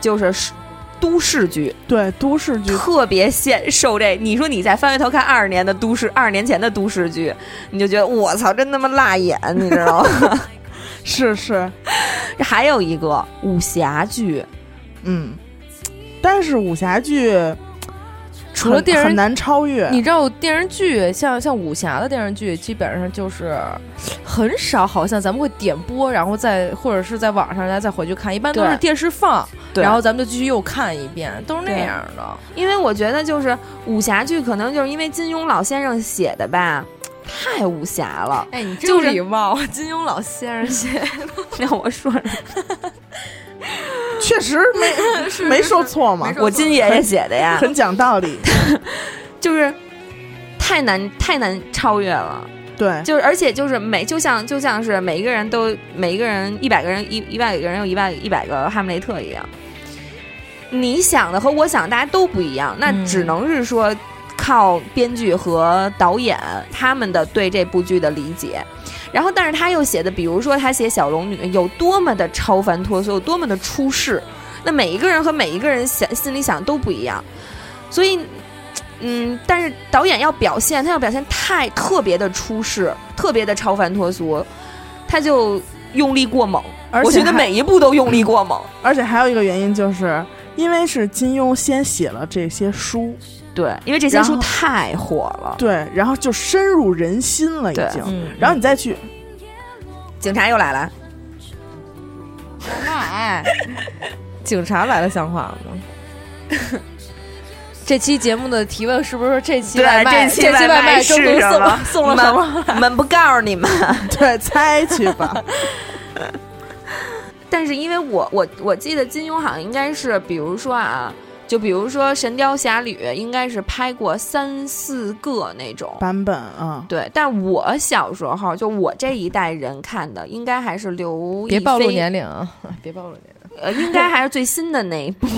S1: 就是是都市剧，
S4: 对，都市剧
S1: 特别现受这，你说你再翻回头看二十年的都市，二十年前的都市剧，你就觉得我操，真他妈辣眼，你知道 吗？
S4: 是是，
S1: 这还有一个武侠剧，
S4: 嗯。但是武侠剧
S5: 除了
S4: 很
S5: 电视
S4: 很难超越，
S5: 你知道电视剧像像武侠的电视剧，基本上就是很少，好像咱们会点播，然后再或者是在网上大家再回去看，一般都是
S1: 对
S5: 电视放，
S1: 对
S5: 然后咱们就继续又看一遍，都是那
S1: 对
S5: 样的。
S1: 因为我觉得就是武侠剧，可能就是因为金庸老先生写的吧，太武侠了。
S5: 哎，你
S1: 真有礼
S5: 貌，金庸老先生写，
S1: 让我说说，
S4: 确实 没没说错嘛，
S1: 我金爷爷写的呀，
S4: 很讲道 理。
S1: 就是太难太难超越了。
S4: 对，
S1: 就是而且就是每就像就像是每一个人都每一个人一百个人一一百个人有一百一百个哈姆雷特一样，你想的和我想大家都不一样，那
S5: 嗯
S1: 只能是说靠编剧和导演他们的对这部剧的理解。然后，但是他又写的，比如说他写小龙女有多么的超凡脱俗，有多么的出世，那每一个人和每一个人想心里想都不一样，所以嗯，但是导演要表现，他要表现太特别的出世，特别的超凡脱俗，他就用力过猛。
S4: 而且
S1: 我觉得
S4: 还
S1: 每一部都用力过猛。
S4: 而且还有一个原因，就是因为是金庸先写了这些书，
S1: 对，因为这些
S4: 然
S1: 书
S4: 后
S1: 太火了。
S4: 对，然后就深入人心了，已
S1: 对
S4: 经。
S5: 嗯，
S4: 然后你再去
S1: 警察又来了，哎
S5: 警察来了，像话吗？ 这期节目的提问是不是这期
S1: 对
S5: 外卖？
S1: 这期
S5: 这期
S1: 外卖
S5: 卖中
S1: 是
S5: 途
S1: 什
S5: 送
S1: 么
S5: 了送了 什么？
S1: 你们不告诉你们。
S4: 对猜去吧，
S1: 但是因为我我我记得金庸好像应该是，比如说啊，就比如说《神雕侠侣》，应该是拍过三四个那种。
S4: 版本啊，
S1: 对，但我小时候就我这一代人看的，应该还是刘
S5: 别
S1: 亦
S5: 暴露
S1: 菲
S5: 年龄啊！别暴露年龄。
S1: 呃，应该还是最新的那一部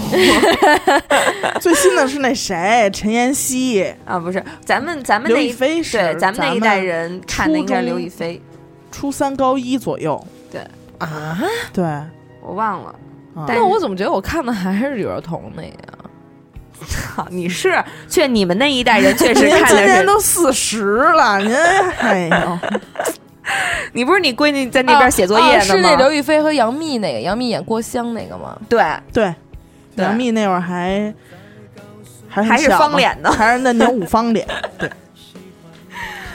S4: 最新的是那谁，陈妍希、
S1: 啊，不是咱们咱们
S4: 刘
S1: 那
S4: 亦
S1: 一
S4: 菲是
S1: 对咱们那一代人看的应该是
S4: 初
S1: 刘
S4: 中
S1: 亦菲，
S4: 初三高一左右，
S1: 对
S4: 啊，对，啊
S1: 我忘了。但
S5: 那我怎么觉得我看的还是女儿童那个？
S1: 好， 你是确你们那一代人确 实
S4: 您
S1: 看
S4: 今
S1: 的
S4: 年
S1: 是，
S4: 都四十了， 您哎呦，
S1: 你不是你闺女在那边写作业
S5: 哦
S1: 呢
S5: 是
S1: 吗？
S5: 那刘亦菲和杨幂那个，杨幂演郭襄那个吗？
S1: 对，
S4: 对，
S1: 对
S4: 杨幂那会儿还还很
S1: 还是
S4: 小嘛
S1: 方脸呢
S4: 还是那牛五方脸，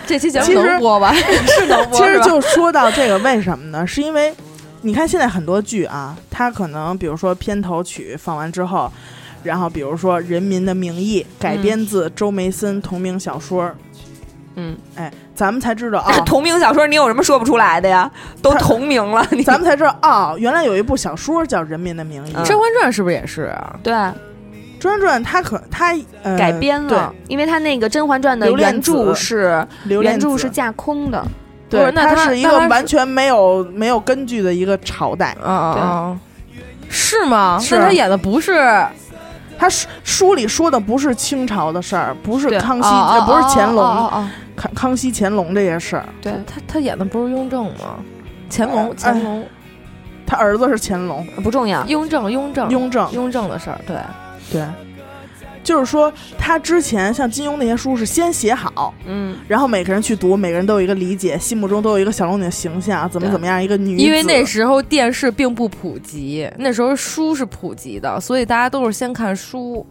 S5: 这期节目
S4: 其实
S5: 能播吧？是能播
S4: 其实
S5: 是吧
S4: 就说到这个，为什么呢？是因为你看现在很多剧啊，它可能比如说片头曲放完之后，然后比如说《人民的名义》改编自周梅森同名小说，
S1: 嗯，
S4: 哎，咱们才知道
S1: 这
S4: 哦，
S1: 同名小说你有什么说不出来的呀？都同名了，你
S4: 咱们才知道哦，原来有一部小说叫《人民的名义》
S1: 嗯
S5: 《甄嬛传》是不是也是啊？
S1: 对
S4: 《甄嬛传》，它可它、呃、
S1: 改编了，因为他那个《甄嬛传》的
S4: 刘恋
S1: 原著
S4: 子
S1: 是
S4: 对，刘
S1: 原
S4: 恋
S1: 著
S4: 子
S1: 是架空的，
S5: 不是
S4: 对，
S5: 那它
S4: 是一
S5: 那
S4: 个
S5: 它是
S4: 完全没有没有根据的一个朝代。
S5: 啊啊啊！是吗？
S4: 是
S5: 那他演的不是
S4: 他书书里说的不是清朝的事儿，不是
S1: 对
S4: 康熙，
S5: 啊
S4: 呃不是乾隆，
S5: 啊啊啊啊
S4: 康康熙、乾隆这些事儿。
S1: 对
S5: 他他演的不是雍正吗？乾隆，
S4: 哎
S5: 乾隆，
S4: 他儿子是乾隆、
S1: 呃不重要。
S5: 雍正，雍正，
S4: 雍正，
S5: 雍正的事儿，对，
S4: 对，就是说他之前像金庸那些书是先写好，
S1: 嗯，
S4: 然后每个人去读，每个人都有一个理解，心目中都有一个小龙女的形象，怎么
S1: 对。
S4: 怎么样一个女子。
S5: 因为那时候电视并不普及，那时候书是普及的，所以大家都是先看书，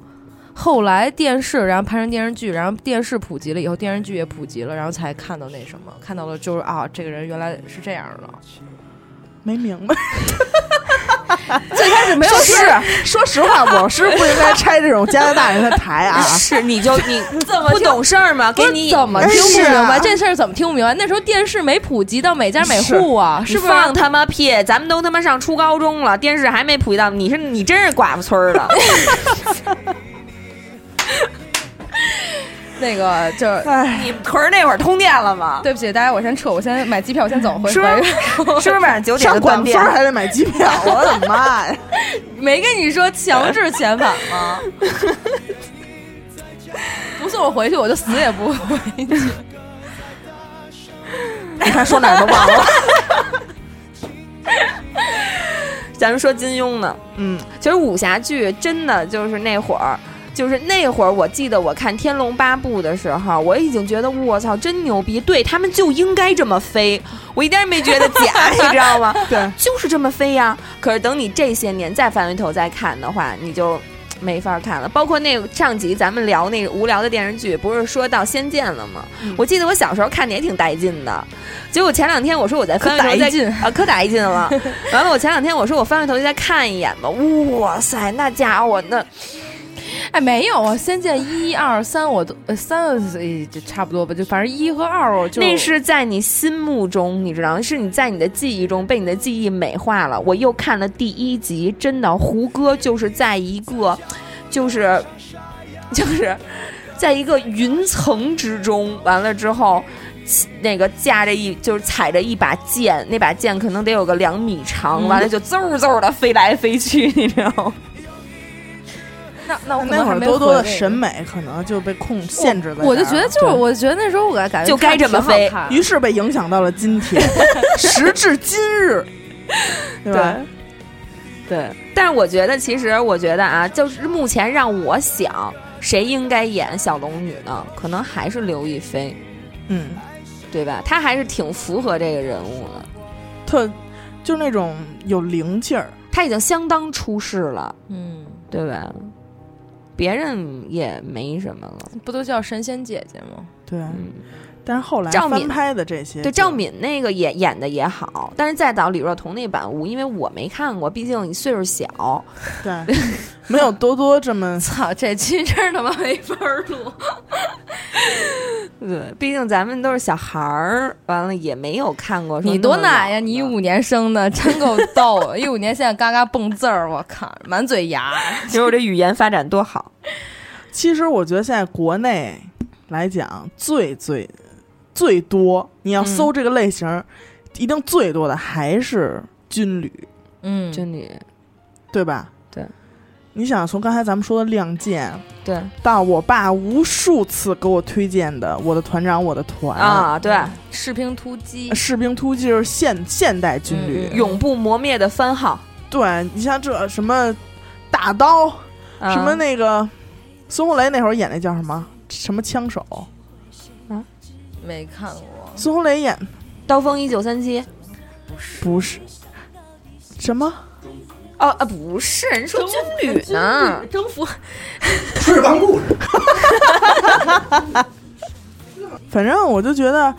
S5: 后来电视，然后拍成电视剧，然后电视普及了以后，电视剧也普及了，然后才看到那什么，看到了就是啊，这个人原来是这样的，
S4: 没明白，
S5: 最开始没有
S4: 是说实话，我是不应该拆这种加拿大人的台啊
S1: 是你就你
S6: 怎么
S1: 不
S6: 听
S1: 懂事儿吗？给
S6: 不是
S1: 你
S6: 怎么
S4: 哎
S6: 听不
S4: 是
S6: 明
S4: 啊
S6: 白这事儿？怎么听不明白？那时候电视没普及到每家每户啊，
S1: 是
S6: 是不是？
S1: 放他妈屁！咱们都他妈上初高中了，电视还没普及到，你是你真是寡妇村儿的。
S6: 那个就是，
S4: 哎，
S1: 你屯儿那会儿通电了吗？
S6: 对不起大家，我先撤，我先买机票，我先走回
S1: 是不
S6: 回
S1: 是。 是不是晚上九点
S4: 上
S1: 就
S4: 管
S1: 断
S4: 分
S1: 电？
S4: 儿还得买机票， 我的妈呀！
S6: 没跟你说强制遣返
S1: 啊
S6: 吗？不送我回去，我就死也不回 去。
S4: 你看说哪儿都忘了。
S1: 咱们说金庸呢，
S4: 嗯，
S1: 其实武侠剧真的就是那会儿，就是那会儿，我记得我看《天龙八部》的时候，我已经觉得我操真牛逼，对他们就应该这么飞，我一点也没觉得假，你知道吗？
S4: 对，
S1: 就是这么飞呀。可是等你这些年再翻回头再看的话，你就。没法看了，包括那个上集咱们聊那个无聊的电视剧，不是说到《仙剑》了吗？我记得我小时候看的也挺带劲的，结果前两天我说我在翻回头
S6: 可
S1: 再
S6: 带劲
S1: 啊，可打一劲了。完了，我前两天我说我翻回头再看一眼吧，哇塞，那家伙那
S5: 哎，没有啊，《仙剑》一二三我都呃三哎就差不多吧，就反正一和二我就
S1: 那是在你心目中，你知道吗？是你在你的记忆中被你的记忆美化了。我又看了第一集，真的，胡歌就是在一个，就是，就是，在一个云层之中，完了之后。那个架着一就是踩着一把剑，那把剑可能得有个两米长，完了就嗖嗖的飞来飞去，你知道吗？
S5: 那那 我可
S4: 那
S5: 能
S4: 会
S5: 还
S4: 儿
S5: 没
S4: 多多的
S5: 回那个
S4: 审美可能就被控限制在
S5: 我就
S4: 这儿
S5: 觉得就是
S4: 对
S5: 我觉得那时候我感觉
S1: 就该这么飞
S5: 看着挺好看
S4: 于是被影响到了今 天，时至今日，对吧？
S1: 对，但是我觉得，其实我觉得啊，就是目前让我想，谁应该演小龙女呢？可能还是刘亦菲，
S4: 嗯，
S1: 对吧？她还是挺符合这个人物的，
S4: 特就是那种有灵劲儿，
S1: 她已经相当出世了，
S5: 嗯，
S1: 对吧？别人也没什么了，
S5: 不都叫神仙姐姐吗？
S4: 对。
S1: 嗯，
S4: 但是后来
S1: 赵
S4: 翻
S1: 敏
S4: 拍的这些，
S1: 对，赵，敏那个也演的也好，但是再到李若彤那版，我因为我没看过，毕竟岁数小，
S4: 对，没有多多这么
S5: 操，这期真他妈没法录。
S1: 对，毕竟咱们都是小孩儿，完了也没有看过说
S6: 你
S1: 那
S6: 多
S1: 么
S6: 奶
S1: 老
S6: 呀！你一
S1: 的
S6: 五年生的，真够逗 的。一五年现在嘎嘎蹦字儿，我靠，满嘴牙。
S1: 其实我这语言发展多好，
S4: 其实我觉得现在国内来讲，最最最多，你
S5: 嗯
S4: 要搜这个类型，一定最多的还是军旅，
S6: 嗯，
S1: 就你
S4: 对吧？
S1: 对。
S4: 你想从刚才咱们说的《亮剑》
S1: 对
S4: 到我爸无数次给我推荐的《我的团长我的团》，
S1: 啊，对，
S5: 士兵突击
S4: 《士兵突击》就是现现代军旅，
S5: 嗯
S1: 永不磨灭的番号，
S4: 对你像这什么大刀，
S5: 嗯
S1: 啊
S4: 嗯什么那个孙红雷那会儿演那叫什么什么枪手，
S5: 没看过，
S4: 孙红雷演
S1: 刀锋一九三七，
S4: 不是什么
S1: 哦啊，不是，人说军旅呢，
S6: 征服
S7: 炊事班故事，
S4: 反正我就觉得，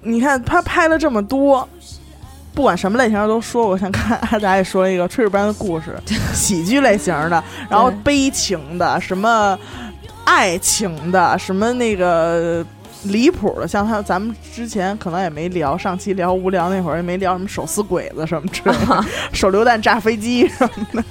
S4: 你看他拍了这么多，不管什么类型的都说。我想看阿达也说一个《炊事班的故事》，喜剧类型的，然后悲情的，什么爱情的，什么那个离谱的，像他咱们之前可能也没聊，上期聊无聊那会儿也没聊什么手撕鬼子什么之类的，手榴弹炸飞机什么的。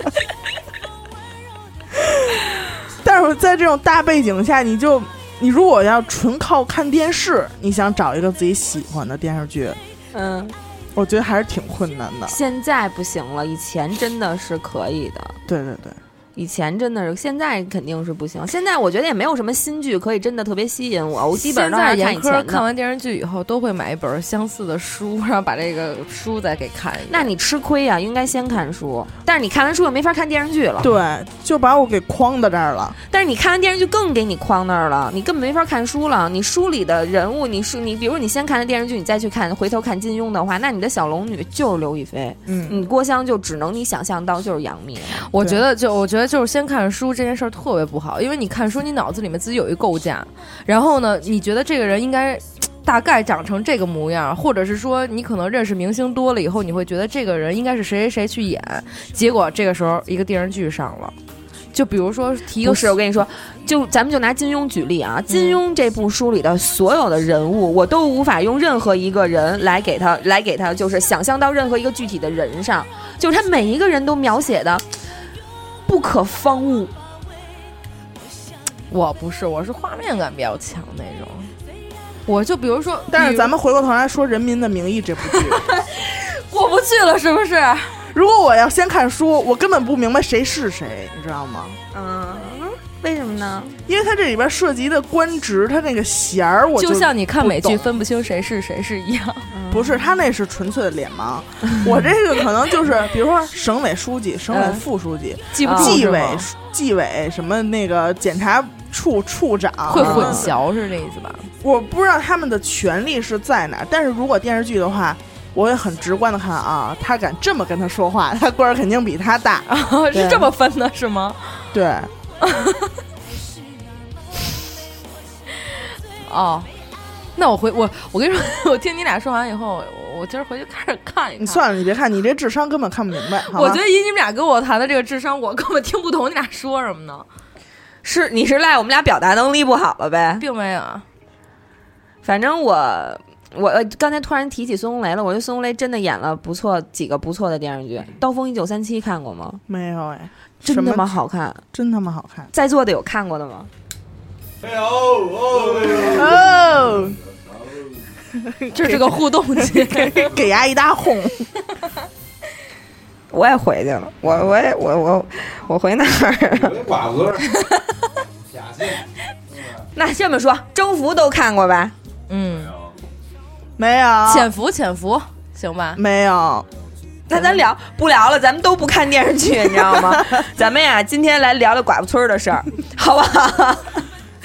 S4: 但是在这种大背景下，你就你如果要纯靠看电视，你想找一个自己喜欢的电视剧，
S1: 嗯，
S4: 我觉得还是挺困难的。
S1: 现在不行了，以前真的是可以的，
S4: 对对对，
S1: 以前真的是，现在肯定是不行。现在我觉得也没有什么新剧可以真的特别吸引我，我基本上都
S5: 现在
S1: 还是看
S5: 严
S1: 以
S5: 科
S1: 前
S5: 看
S1: 的。
S5: 完电视剧以后，都会买一本相似的书， 然后把这个书再给看一遍。
S1: 那你吃亏呀、应该先看书。但是你看完书又没法看电视剧了，
S4: 对，就把我给框到这儿了。
S1: 但是你看完电视剧更给你框那儿了，你根本没法看书了。你书里的人物，你书你比如你先看的电视剧，你再去看回头看金庸的话，那你的小龙女就是刘亦菲，
S4: 嗯，
S1: 你郭襄就只能你想象到就是杨幂了。
S5: 我
S4: 对
S5: 觉得就我觉得就是先看书这件事儿特别不好，因为你看书，你脑子里面自己有一构架，然后呢，你觉得这个人应该大概长成这个模样，或者是说你可能认识明星多了以后，你会觉得这个人应该是谁谁谁去演，结果这个时候一个电视剧上了，就比如说提一个
S1: 不是，我跟你说，就咱们就拿金庸举例啊，金庸这部书里的所有的人物，我都无法用任何一个人来给他 来给他，就是想象到任何一个具体的人上，就是他每一个人都描写的不可方物。
S5: 我不是，我是画面感比较强那种，我就比如说，
S4: 但是咱
S5: 们
S4: 们回过头来说《人民的名义》这部 剧，
S5: 过不去了，是不是？
S4: 如果我要先看书，我根本不明白谁是谁，你知道吗？
S1: 嗯，为什么呢？
S4: 因为它这里边涉及的官职，它那个衔儿，我
S5: 就像你看美
S4: 不
S5: 剧
S4: 懂
S5: 分不清谁是谁是一样，
S1: 嗯
S4: 不是，他那是纯粹的脸盲。我这个可能就是，比如说省委书记、省委
S5: 嗯
S4: 副书记、
S5: 记不
S1: 啊
S5: 住
S4: 纪
S5: 是
S4: 委
S5: 吗、
S4: 纪委什么那个检察处处长，
S5: 会混
S4: 嗯。
S5: 淆是这意思 吧？
S4: 我不知道他们的权利是在哪儿，但是如果电视剧的话。我也很直观的看啊，他敢这么跟他说话，他官儿肯定比他大。
S1: 啊
S5: 是这么分的是吗？
S4: 对，
S5: 哦，那我回我我跟你说， 我听你俩说完以后，我我今儿回去开始看一看。
S4: 你算了，你别看，你这智商根本看不明白。好吧
S5: 我觉得以你们俩跟我谈的这个智商，我根本听不懂你俩说什么呢，
S1: 是你是赖我们俩表达能力不好了呗？
S5: 并没有啊。
S1: 反正我我呃刚才突然提起孙红雷了，我觉得孙红雷真的演了不错几个不错的电视剧，《刀锋一九三七》看过吗？
S4: 没有哎，
S1: 真
S4: 什
S1: 他妈
S4: 么
S1: 好看！
S4: 真他妈好看
S1: 在座的有看过的吗？
S4: 哦，
S5: 这是个互 动剧，
S4: 给牙一大哄。
S1: 我也回去了，我我也我我我回那儿。
S8: 寡鹅，
S1: 那这么说，征服都看过吧？
S5: 嗯，
S4: 没有，
S5: 潜伏潜伏，行吧？
S4: 没有，
S1: 那咱聊不聊了？咱们都不看电视剧，你知道 吗？咱们呀，今天来聊聊寡妇村儿的事儿，好不 好？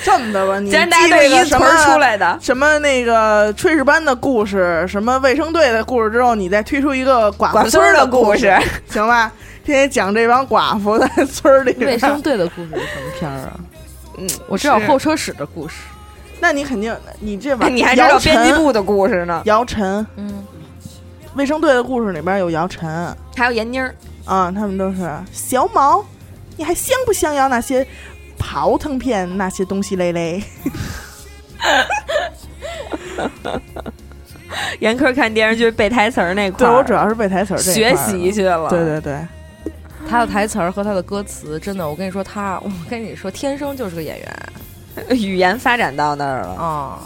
S4: 这么的吧，你
S1: 既然大家都
S4: 记
S1: 是
S4: 这
S1: 一
S4: 个
S1: 词
S4: 什么
S1: 儿出来的，
S4: 什么那个炊事班的故事，什么卫生队的故事之后，你再推出一个寡
S1: 寡
S4: 妇
S1: 妇村儿
S4: 儿
S1: 的
S4: 故
S1: 故事，
S4: 行吧？天天讲这帮寡妇在村儿里边
S5: 卫生，队的故事是什么片儿啊？
S1: 嗯，
S5: 嗯我知道候车室的故事。
S4: 那你肯定你这玩意儿
S1: 你还知道
S4: 姚晨
S1: 编辑部的故事呢？
S4: 姚晨，
S5: 嗯，
S4: 卫生队的故事里边有姚晨啊，
S1: 还有闫妮儿，
S4: 他们都是小毛，你还香不香姚那些刨腾片那些东西嘞嘞？
S1: 严科看电视剧背台词儿那块
S4: 对
S1: 儿，
S4: 我主要是背台词儿这一
S1: 学
S4: 块儿
S1: 习
S4: 的，
S1: 去了。
S4: 对对对。
S5: 他的台词儿和他的歌词，真的，我跟你说，他，我跟你说，天生就是个演员
S1: 对， 语言发展到那儿了。
S5: 啊、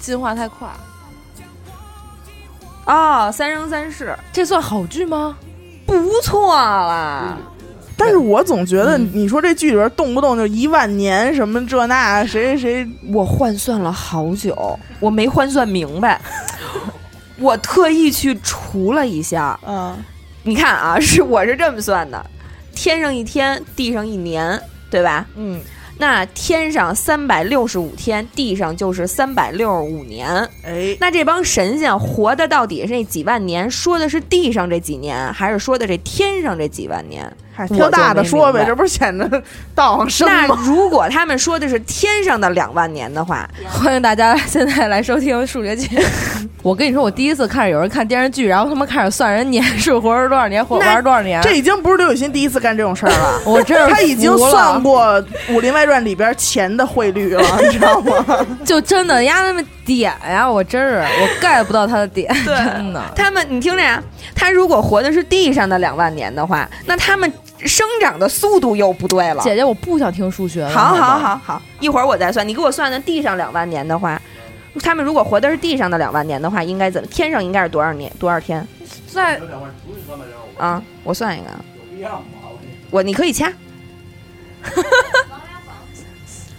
S5: 进化太快。
S1: 哦，三生三世
S5: 这算好剧 吗？
S1: 不错啦。
S4: 但是我总觉
S5: 嗯
S4: 得你说这剧里边动不动就一万年什么这
S5: 啊
S4: 那谁谁谁，
S1: 嗯我换算了好久，我没换算明 白。我特意去除了一下，
S4: 嗯，
S1: 你看啊，是我是这么算的：天上一天，地上一年，对吧？
S4: 嗯，
S1: 那天上三百六十五天，地上就是三百六十五年。
S4: 哎，
S1: 那这帮神仙活的到底是那几万年？说的是地上这几年，还是说的这天上这几万年？
S4: 嗨，挑大的说呗，这不是显得道行深
S1: 那
S4: 吗？
S1: 如果他们说的是天上的两万年的话，
S5: 欢迎大家现在来收听数学节。 我跟你说，我第一次看着有人看电视剧，然后他妈开始算人年数，活了多少年，活
S4: 那
S5: 玩多少 年。
S4: 这已经不是刘雨欣第一次干这种事儿了。
S5: 我真是
S4: 他已经
S5: 服了
S4: 算，过《武林外传》里边钱的汇率了，你知道 吗？
S5: 就真的压那么点呀！我真是我 get 不到他的点，真的。
S1: 他们你听着呀，他如果活的是地上的两万年的话，那他们生长的速度又不对了。
S5: 姐姐，我不想听数学了。
S1: 好
S5: 吗
S1: 好，好好，一会儿我再算。你给我算算地上两万年的话，他们如果活的是地上的两万年的话，应该怎么？天上应该是多少年？多少天？
S5: 在
S1: 啊，我算一个。我你可以掐，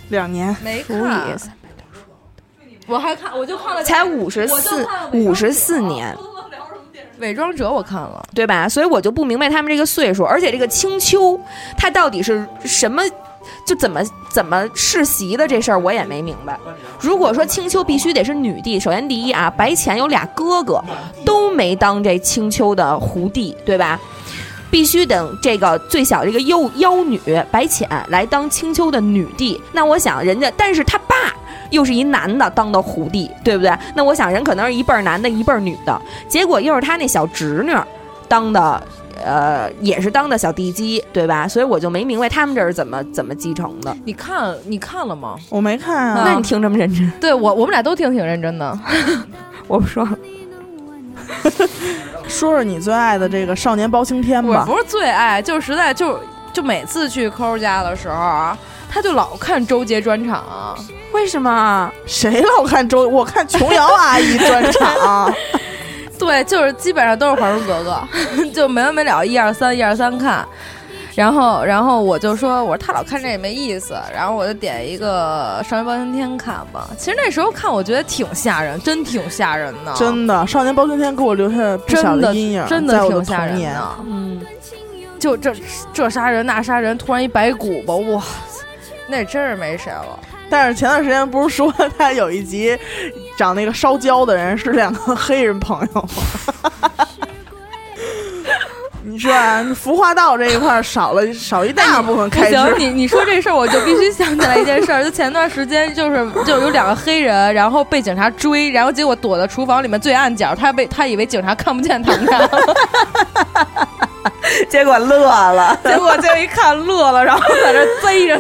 S4: 两年，
S5: 没
S1: 除以
S9: 我还看，我就看了
S1: 才五十四五十四年，
S5: 伪装者，我看了，
S1: 对吧？所以我就不明白他们这个岁数，而且这个青丘它到底是什么，就怎么怎么世袭的这事儿我也没明白。如果说青丘必须得是女帝，首先第一啊，白浅有俩哥哥都没当这青丘的胡帝，对吧？必须等这个最小这个幼妖女白浅来当青丘的女帝。那我想人家，但是他爸又是一男的当的胡帝，对不对？那我想人可能是一辈儿男的，一辈儿女的。结果又是他那小侄女当的，呃，也是当的小地基，对吧？所以我就没明白他们这是怎么怎么继承的。
S5: 你看你看了吗？
S4: 我没看啊。
S1: 那你听这么认真，
S5: 对我，我们俩都挺挺认真的。
S1: 我不说了。
S4: 说说你最爱的这个《少年包青天》
S5: 我
S4: 吧。
S5: 不是最爱，就是实在就就每次去抠家的时候啊，他就老看周杰专 场，啊
S1: 为什么？啊
S4: 谁老看周？我看琼瑶阿姨专 场，
S5: 对，就是基本上都是《还珠格格》， 就没完没了，一二三，一二三看。然后，然后我就说，我说他老看这也没意思，然后我就点一个《少年包青天》看吧。其实那时候看，我觉得挺吓人，真挺吓人的，
S4: 真的，《少年包青天》给我留下不小
S5: 真的
S4: 阴影，
S5: 真
S4: 在
S5: 的
S4: 我的
S5: 挺吓
S4: 童
S5: 人
S4: 年。
S5: 的。
S1: 嗯，
S5: 就这这杀人那杀人，突然一白骨吧，哇，那真是没谁了。
S4: 但是前段时间不是说他有一集长那个烧焦的人是两个黑人朋友吗？ 你说啊，服化道这一块儿少了少一大部分
S5: 不
S4: 开支，
S5: 行，你你说这事儿，我就必须想起来一件事儿。就前段时间，就是就有两个黑人，然后被警察追，然后结果躲在厨房里面最暗角，他被他以为警察看不见他们俩，
S1: 结果乐了。
S5: 结果就一看乐了，然后在 这贼着，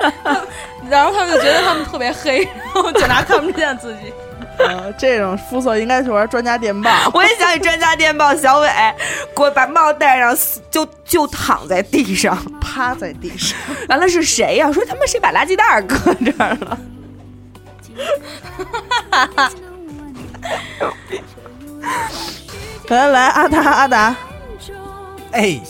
S5: 然后他们就觉得他们特别黑，然后警察看不见自己。
S4: 呃这种肤色应该去玩专家电报。
S1: 我也想起专家电报，小伟给我把帽戴上，就就躺在地上。
S4: 趴在地上，
S1: 完了是谁呀、说他妈谁把垃圾袋儿搁这儿了？
S4: 来来， 阿达阿达，
S7: 哎，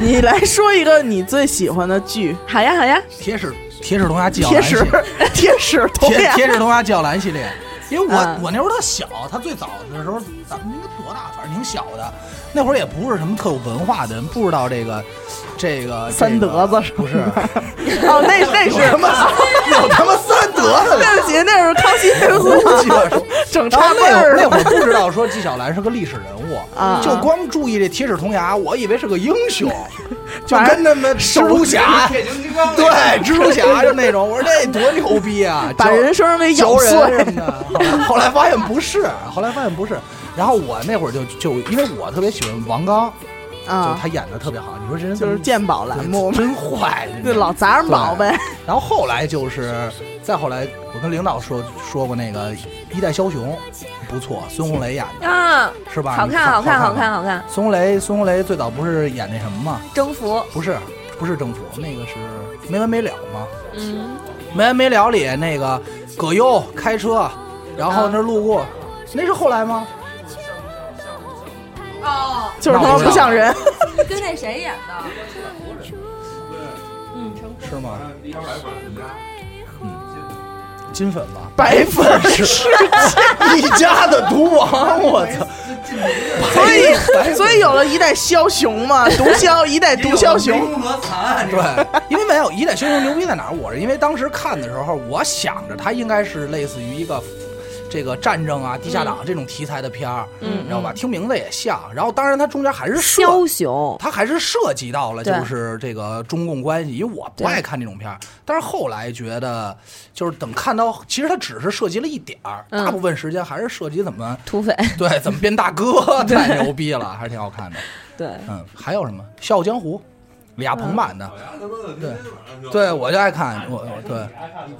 S4: 你来说一个你最喜欢的 剧，
S1: 好呀好呀，
S7: 铁齿铁齿铜牙纪晓
S4: 铁
S7: 岚系
S4: 石
S7: 列，
S4: 铁石铜
S7: 铁
S4: 牙，
S7: 铁齿铜牙纪晓岚系列。因为我、
S1: 嗯
S7: 我那会儿特小，他最早的时候咱们应该多大，反正挺小的。那会儿也不是什么特有文化的人，不知道这个这个
S4: 三德子是
S7: 不是？
S4: 哦，那那
S7: 有
S4: 是
S7: 他妈有他妈三德子了。
S4: 对不起，那是康 熙来了，
S7: 胡鸡巴说
S4: 整
S7: 然
S4: 插
S7: 后
S4: 背
S7: 那会儿
S4: 儿
S7: 那
S4: 了
S7: 会儿不知道说纪晓岚是个历史人物，
S4: 啊
S7: 就光注意这铁齿铜牙，我以为是个英 雄，就跟他们蜘蛛侠，对蜘蛛侠就那种，我说这多牛逼 啊！
S4: 把人生生给咬
S7: 嚼人
S4: 碎。
S7: 什么的。后来后来发现不是，后来发现不是。然后我那会儿就就因为我特别喜欢王刚，就是
S4: 啊，
S7: 他演的特别好。你说这人
S4: 就是鉴宝栏目嘛，
S7: 真坏，
S4: 就老砸人宝呗。
S7: 然后后来就是，再后来我跟领导说说过那个《一代枭雄》，不错，孙红雷演的
S1: 啊，
S7: 是吧？
S1: 好
S7: 你
S1: 看好看好
S7: 好啊
S1: 看。好啊看，
S7: 孙红雷，孙红雷最早不是演那什么吗？
S1: 征服，
S7: 不是，不是征服，那个是没完没了吗？
S1: 嗯，
S7: 没完没了里那个葛优开车，然后那路过，那是后来吗？
S9: 哦，
S4: 就是他妈不像人。
S9: 跟那谁演的？
S7: 是吗？嗯，金粉吧，
S4: 白粉
S7: 是 一家的毒王，我操！
S4: 所
S7: 哎
S4: 以所以有了一代枭雄嘛，毒枭一代毒枭雄，
S10: 和惨案
S7: 对，因为没有《一代枭雄》牛逼在哪儿？我是因为当时看的时候，我想着它应该是类似于一个这个战争啊、地下党这种题材的片儿，嗯，知道吧？听名字也像，然后当然它中间还是涉
S1: 枭雄，
S7: 他还是涉及到了就
S1: 哦对
S7: 是这个中共关系，因为我不
S1: 对
S7: 爱看这种片儿，但是后来觉得就是等看到，其实他只是涉及了一点儿，
S1: 嗯
S7: 大部分时间还是涉及怎么
S1: 土匪，
S7: 对怎么变大哥，太牛逼了，还是挺好看的。
S1: 对，
S7: 嗯，还有什么《笑傲江湖》，李亚鹏版的，对，对我就爱看，我我对。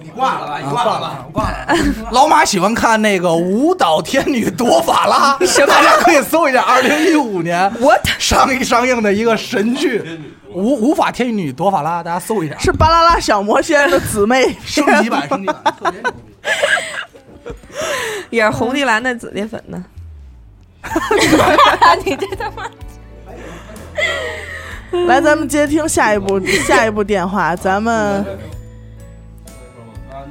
S11: 你挂了吧，你挂了吧，挂了。
S7: 老马喜欢看那个舞蹈天女朵法拉，大家可以搜一下，二零一五年
S1: What？
S7: 上映上映的一个神剧《无无法天女朵法拉》，大家搜一下，
S4: 是巴啦啦小魔仙的姊妹
S7: 升 级版，升级版，特别牛逼
S1: 也是红地蓝的紫地粉呢。
S4: 来，咱们接听下一部下一部电话，咱们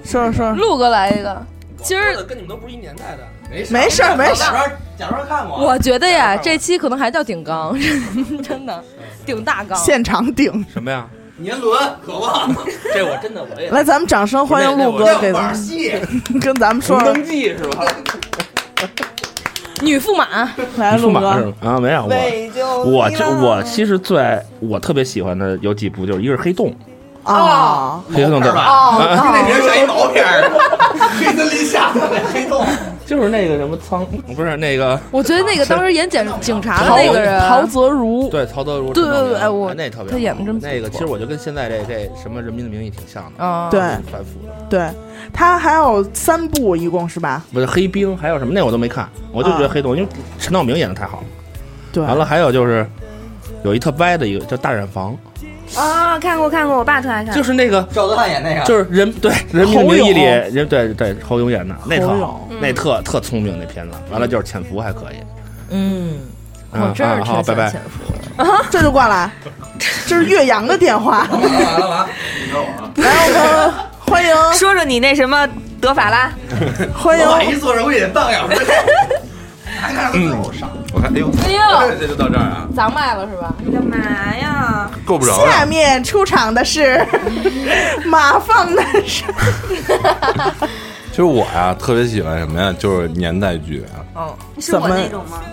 S4: 说说说，
S5: 嗯
S12: 陆哥来一个，
S5: 今儿
S13: 跟你们都不是一年代的。
S4: 没事儿没事
S11: 假
S4: 儿，
S11: 装假装看过。
S5: 我觉得呀，这期可能还叫顶缸， 真的顶大缸。
S4: 现场顶。
S13: 什么呀？
S11: 年轮可望，这我真的我也
S4: 来，咱们掌声欢迎陆哥，给咱
S11: 戏
S4: 们跟咱们说说，
S11: 记是吧？
S5: 女驸马，
S4: 来，陆哥，
S13: 啊，没有我，我这我其实最爱我特别喜欢的有几部，就是一个是《黑洞
S4: 啊，》，
S13: 黑洞的，
S7: 跟那人像一毛片 儿，黑森林下的黑洞，
S13: 就是那个什么苍，不是那个
S5: 我觉得那个当时演检警察的
S13: 陶
S5: 那个人，
S4: 陶泽如，
S13: 对曹德如，
S5: 对
S13: 陈道明
S5: 对对哎我
S13: 那特别
S5: 他
S13: 好
S5: 演得真不
S13: 那个，
S5: 错
S13: 其实我就跟现在这这什么《人民的名义》挺像的，
S5: 啊，
S4: 对
S13: 反腐的，
S4: 对，他还有三部，一共是吧？
S13: 不是黑冰，还有什么那我都没看，我就觉得
S4: 啊
S13: 黑洞，因为陈道明演的太好了。
S4: 对，
S13: 完了，还有就是有一特歪的一个叫《大染坊
S1: 啊，看过看过，我爸特爱》，看。
S13: 就是那个
S11: 赵德汉演那个，
S13: 就是人对《人民的名义》
S4: 侯
S13: 里
S4: 勇
S13: 人对对侯勇演的那特
S4: 侯
S13: 好
S4: 勇，
S13: 那特特聪明那片子。完了就是《潜伏》还可以。
S5: 嗯，我
S13: 嗯
S5: 真是
S13: 啊好，
S5: 挺喜
S13: 拜
S5: 欢
S13: 拜。
S5: 潜伏的。
S4: 这就挂了，这是岳阳的电话。完了完了，来，我们欢迎
S1: 说说你那什么德法拉，
S4: 欢
S7: 老板一
S4: 迎
S7: 坐着我也荡漾。 哎还看着我上，
S14: 我看，哎呦，
S5: 哎呦，
S14: 这就到这儿啊，
S5: 砸麦了是吧？
S1: 干嘛呀？
S14: 够不着
S4: 下
S14: 了。
S4: 面出场的是马放男神，
S14: 其实我呀，特别喜欢什么呀？就是年代剧啊，
S4: 怎么
S1: 吗？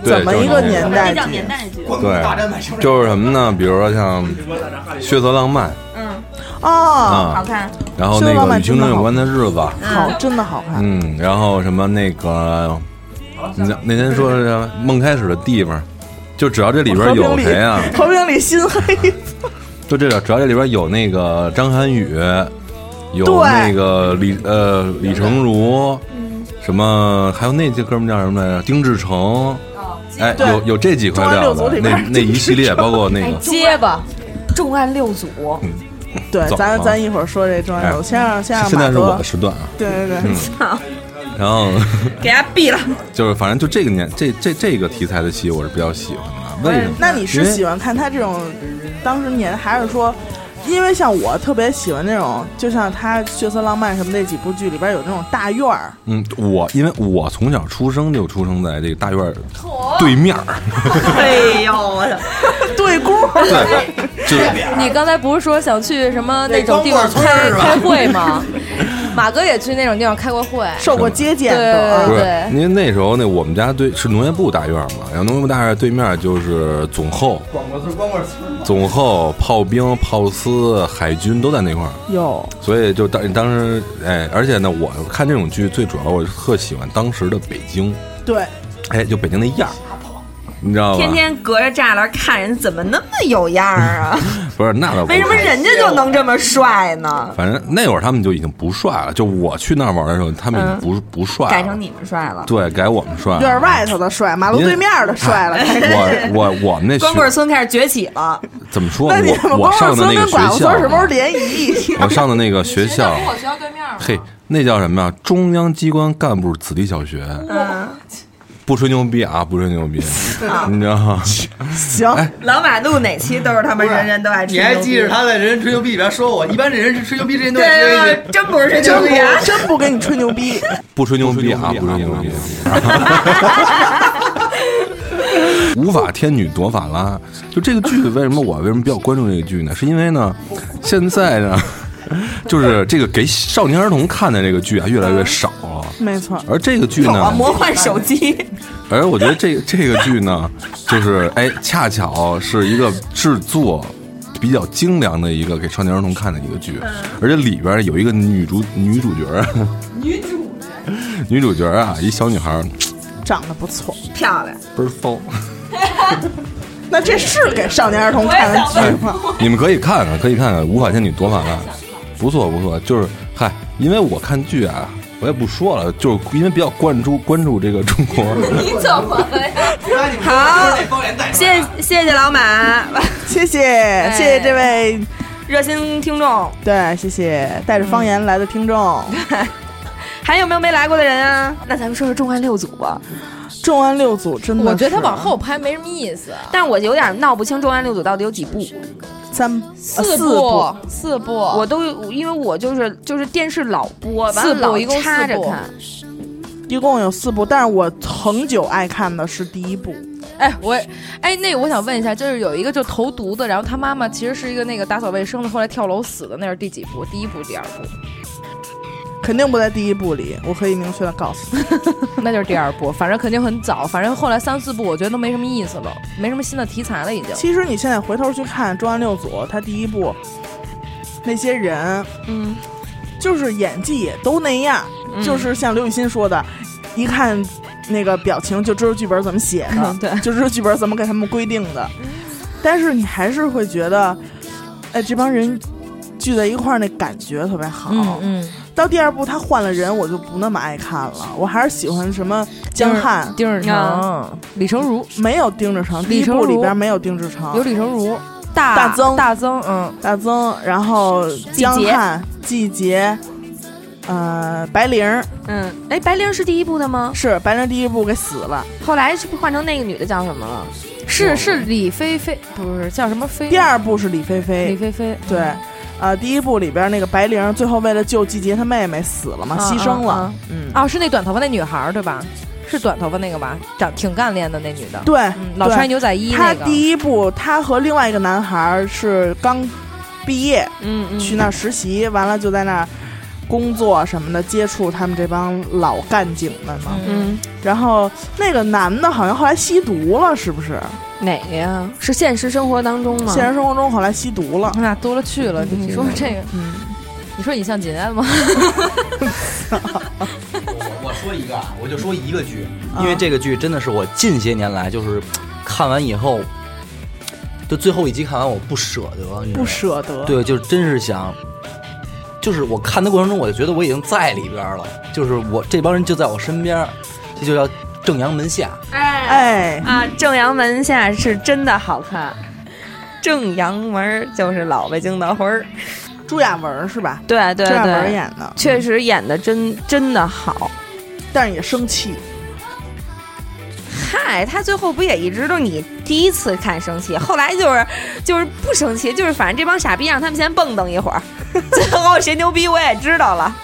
S14: 对
S4: 怎么一个年代剧？
S1: 代剧
S7: 光
S14: 对
S7: 明大战外星人，
S14: 就是什么呢？比如说像《血色浪漫》
S4: 哦，
S14: 啊，
S1: 看，
S14: 然后
S4: 血
S14: 那
S4: 色浪
S14: 个
S4: 漫
S14: 与青春有关的日子，
S4: 好，真的好看。
S14: 嗯，然后什么那个，你那那天说是什么梦开始的地方，就只要这里边有谁啊，
S4: 和平里心黑，
S14: 就这只要这里边有那个张涵予，有
S4: 对
S14: 那个李呃李成儒，
S4: 嗯
S14: 什么还有那些哥们叫什么来着？丁志成，哎，
S4: 哦对
S14: 有有这几块料
S4: 中央六组
S14: 的，
S4: 里
S14: 那
S4: 边
S14: 那一系列包括那 个
S5: 结巴，
S1: 重案六组，
S4: 对，
S14: 走
S4: 咱
S14: 啊
S4: 咱一会儿说这中央
S14: 哎
S4: 有，先让先让
S14: 现
S4: 马
S14: 在是我
S4: 哥
S14: 的，时段啊，
S4: 对对对，
S14: 然后
S1: 给他毙了。
S14: 就是反正就这个年这这这个题材的戏我是比较喜欢的，啊为什么？
S4: 哎那你是
S14: 嗯因为
S4: 喜欢看他这种当时年，还是说，因为像我特别喜欢那种，就像他《血色浪漫》什么那几部剧里边有那种大院儿，
S14: 嗯，我因为我从小出生就出生在这个大院儿对面儿，
S1: 哎呦我的，
S4: 对孤儿，
S14: 对，就是
S5: 你刚才不是说想去什么那种地方
S7: 那光棍村
S5: 开
S7: 儿是吧
S5: 开会 吗？马哥也去那种地方开过会，
S4: 受过接见的
S5: 对
S14: 不
S4: 啊。
S14: 是，因为那时候呢，我们家对是农业部大院儿嘛，然后农业部大院儿对面就是总后、
S7: 光棍村，光棍村，
S14: 总后、炮兵、炮司、海军都在那块儿，
S4: 哟，
S14: 所以就当当时哎，而且呢，我看这种剧最主要我是特喜欢当时的北京，
S4: 对，
S14: 哎，就北京那样儿，你知道吧？
S1: 天天隔着栅栏看人，怎么那么有样儿 啊？
S14: 不是那倒不
S1: 为什么
S14: 是
S1: 人家就能这么帅呢？
S14: 反正那会儿他们就已经不帅了，就我去那儿玩儿的时候，他们已经不、不帅 了，
S1: 嗯改成你们帅了，
S14: 对改我们帅了，
S4: 院外头的帅，马路对面的帅了。
S14: 哎我我我们那
S1: 光棍
S14: 学
S1: 村开始崛起了。
S14: 怎么说？
S4: 那你们
S14: 我
S4: 光
S14: 我上
S4: 棍
S14: 的那
S4: 村跟
S14: 个学
S4: 寡妇
S14: 校
S4: 村
S14: 啊，
S4: 什么时候联谊？
S14: 我上的那个学校，
S5: 学校对面吗
S14: 嘿，那叫什么呀？中央机关干部子弟小学。
S4: 嗯
S14: 不吹牛逼啊，不吹牛逼，你知道吗？
S4: 行，
S14: 哎
S1: 老马路哪期都是他们人人都爱吃
S7: 你
S1: 牛逼。
S7: 还哎记着他在《人人吹牛逼》里边说我，一般这人是吹牛逼，这人都
S1: 对？
S7: 是吹牛逼
S1: 对。对，真不是吹牛
S4: 真
S1: 逼啊！
S4: 不哎真不跟你吹牛逼，
S14: 不吹牛逼啊，不吹牛逼。无法天女朵法拉，就这个剧，为什么我为什么比较关注这个剧呢？是因为呢，现在呢，就是这个给少年儿童看的这个剧啊，越来越少了。
S4: 没错。
S14: 而这个剧呢
S1: 有啊，魔幻手机，
S14: 而我觉得这这个 剧呢，就是哎，恰巧是一个制作比较精良的一个给少年儿童看的一个剧，
S2: 嗯
S14: 而且里边有一个女主女主角儿，
S2: 女主
S14: 女主角儿啊，一小女孩儿
S4: 长得不错，
S1: 漂亮。
S14: 倍儿 骚，
S4: 那这是给少年儿童看的剧吗？
S14: 哎你们可以看啊看，可以看看《无法仙女夺法案》，不错不错，就是嗨，因为我看剧啊。我也不说了，就是因为比较关注关注这个中 国，
S2: 你怎么了呀？
S1: 好，谢谢谢老马，
S4: 谢谢、
S5: 哎
S4: 谢谢这位，
S1: 热心听众，
S4: 对，谢谢带着方言来的听众。
S1: 还有没有没来过的人啊？那咱们说说重案六组吧。
S4: 重案六组真的是，
S5: 我觉得他往后拍没什么意思。
S1: 但我有点闹不清重案六组到底有几部，
S4: 三呃
S5: 四
S4: 部
S5: 部，四部，我
S1: 我都因为我就是就是电视老播，完
S5: 四
S1: 了
S5: 部
S1: 老
S5: 一共四
S1: 插着
S5: 部
S1: 看。
S4: 一共有四部，但是我恒久爱看的是第一部。
S5: 哎我哎那个我想问一下，就是有一个就投毒的，然后他妈妈其实是一个那个打扫卫生的，后来跳楼死的，那是第几部？第一部、第二 部，
S4: 肯定不在第一部里，我可以明确的告诉你。
S5: 那就是第二部，反正肯定很早，反正后来三四部我觉得都没什么意思了，没什么新的题材了已经。
S4: 其实你现在回头去看《重案六组》，他第一部那些人，
S1: 嗯，
S4: 就是演技也都那样，
S5: 嗯
S4: 就是像刘雨欣说的，一看那个表情就知道剧本怎么写 的，
S1: 对，
S4: 就知道剧本怎么给他们规定的。但是你还是会觉得，哎，这帮人聚在一块儿那感觉特别好。
S5: 嗯嗯，
S4: 到第二部他换了人，我就不那么爱看了，我还是喜欢什么江汉。嗯
S5: 丁日
S1: 啊
S5: 成、李成儒，
S4: 没有丁志成，第一
S5: 李成
S4: 部
S5: 儒
S4: 里边没有丁志成，
S5: 有李成儒，大
S4: 哦大增
S5: 大增，嗯，
S4: 大增，然后江
S1: 季杰
S4: 汉、季杰，呃，白灵儿
S1: 嗯，哎，白灵是第一部的吗？
S4: 是白灵儿第一部给死了，
S1: 后来是不是换成那个女的叫什么了？
S5: 是是李菲菲，不是叫什么菲？
S4: 第二部是李菲
S5: 李
S4: 菲，
S5: 菲菲，
S4: 对，呃，第一部里边那个白灵儿最后为了救季杰他妹妹死了嘛，
S5: 啊
S4: 牺牲
S5: 啊
S4: 了
S5: 啊，
S4: 嗯，
S5: 哦，是那短头发那女孩儿对吧？是短头发那个吧？长挺干练的那女的，
S4: 对
S5: 嗯，，老穿
S4: 对，
S5: 牛仔衣
S4: 他
S5: 那个。
S4: 第一部他和另外一个男孩儿是刚毕业
S1: 嗯嗯
S4: 去那儿实习，完了就在那儿工作什么的，接触他们这帮老干警们嘛，
S1: 嗯，
S4: 然后那个男的好像后来吸毒了，是不是？
S1: 哪个呀？是现实生活当中吗？
S4: 现实生活中后来吸毒了。
S5: 那多了去了，你说这个，
S4: 嗯，
S5: 你说你像锦安吗？
S7: 我我说一个，啊，我就说一个剧，
S4: 啊
S7: 因为这个剧真的是我近些年来就是看完以后，就最后一集看完我不舍得，你知道
S4: 不
S7: 吗
S4: 舍得。
S7: 对，就是真是想，就是我看的过程中，我就觉得我已经在里边了，就是我这帮人就在我身边，这就叫正阳门下。
S1: 哎
S4: 哎，
S1: 啊，正阳门下是真的好看。正阳门儿就是老北京的魂儿，
S4: 朱亚文是吧？
S1: 对对
S4: 朱亚文
S1: 对，
S4: 演的，
S1: 确实演的真真的好。
S4: 但是也生气。
S1: 嗨，他最后不也一直都你第一次看生气，后来就是就是不生气，就是反正这帮傻逼让他们先蹦跶一会儿， 最后谁牛逼我也知道了。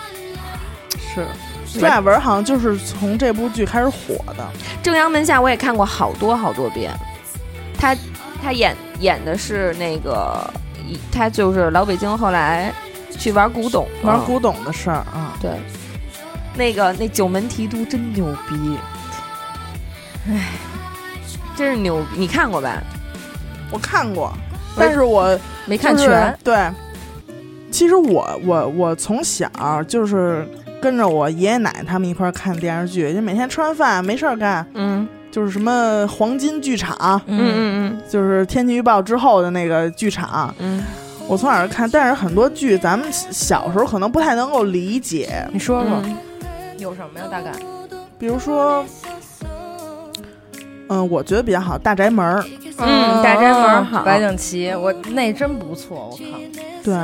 S4: 是，朱亚文好像就是从这部剧开始火的。
S1: 正阳门下我也看过好多好多遍，他他演演的是那个，一他就是老北京后来去玩古董，嗯
S4: 玩古董的事儿啊，
S1: 对，那个那九门提督真牛逼，哎，真是牛逼，你看过吧？
S4: 我看过，
S5: 我也
S4: 但是我
S5: 没
S4: 就
S5: 看
S4: 是
S5: 全，
S4: 对，其实我我我从小就是跟着我爷爷奶奶他们一块儿看电视剧，就每天吃完饭没事儿干，
S1: 嗯
S4: 就是什么黄金剧场，
S5: 嗯，
S1: 嗯
S4: 就是天气预报之后的那个剧场，
S1: 嗯
S4: 我从小就看，但是很多剧咱们小时候可能不太能够理解，
S5: 你说说
S1: 嗯
S5: 有什么呀？大概
S4: 比如说，嗯、我觉得比较好，《大宅门》儿，
S1: 嗯大宅门儿好
S5: 白景琦，我那真不错，我靠，
S4: 对，《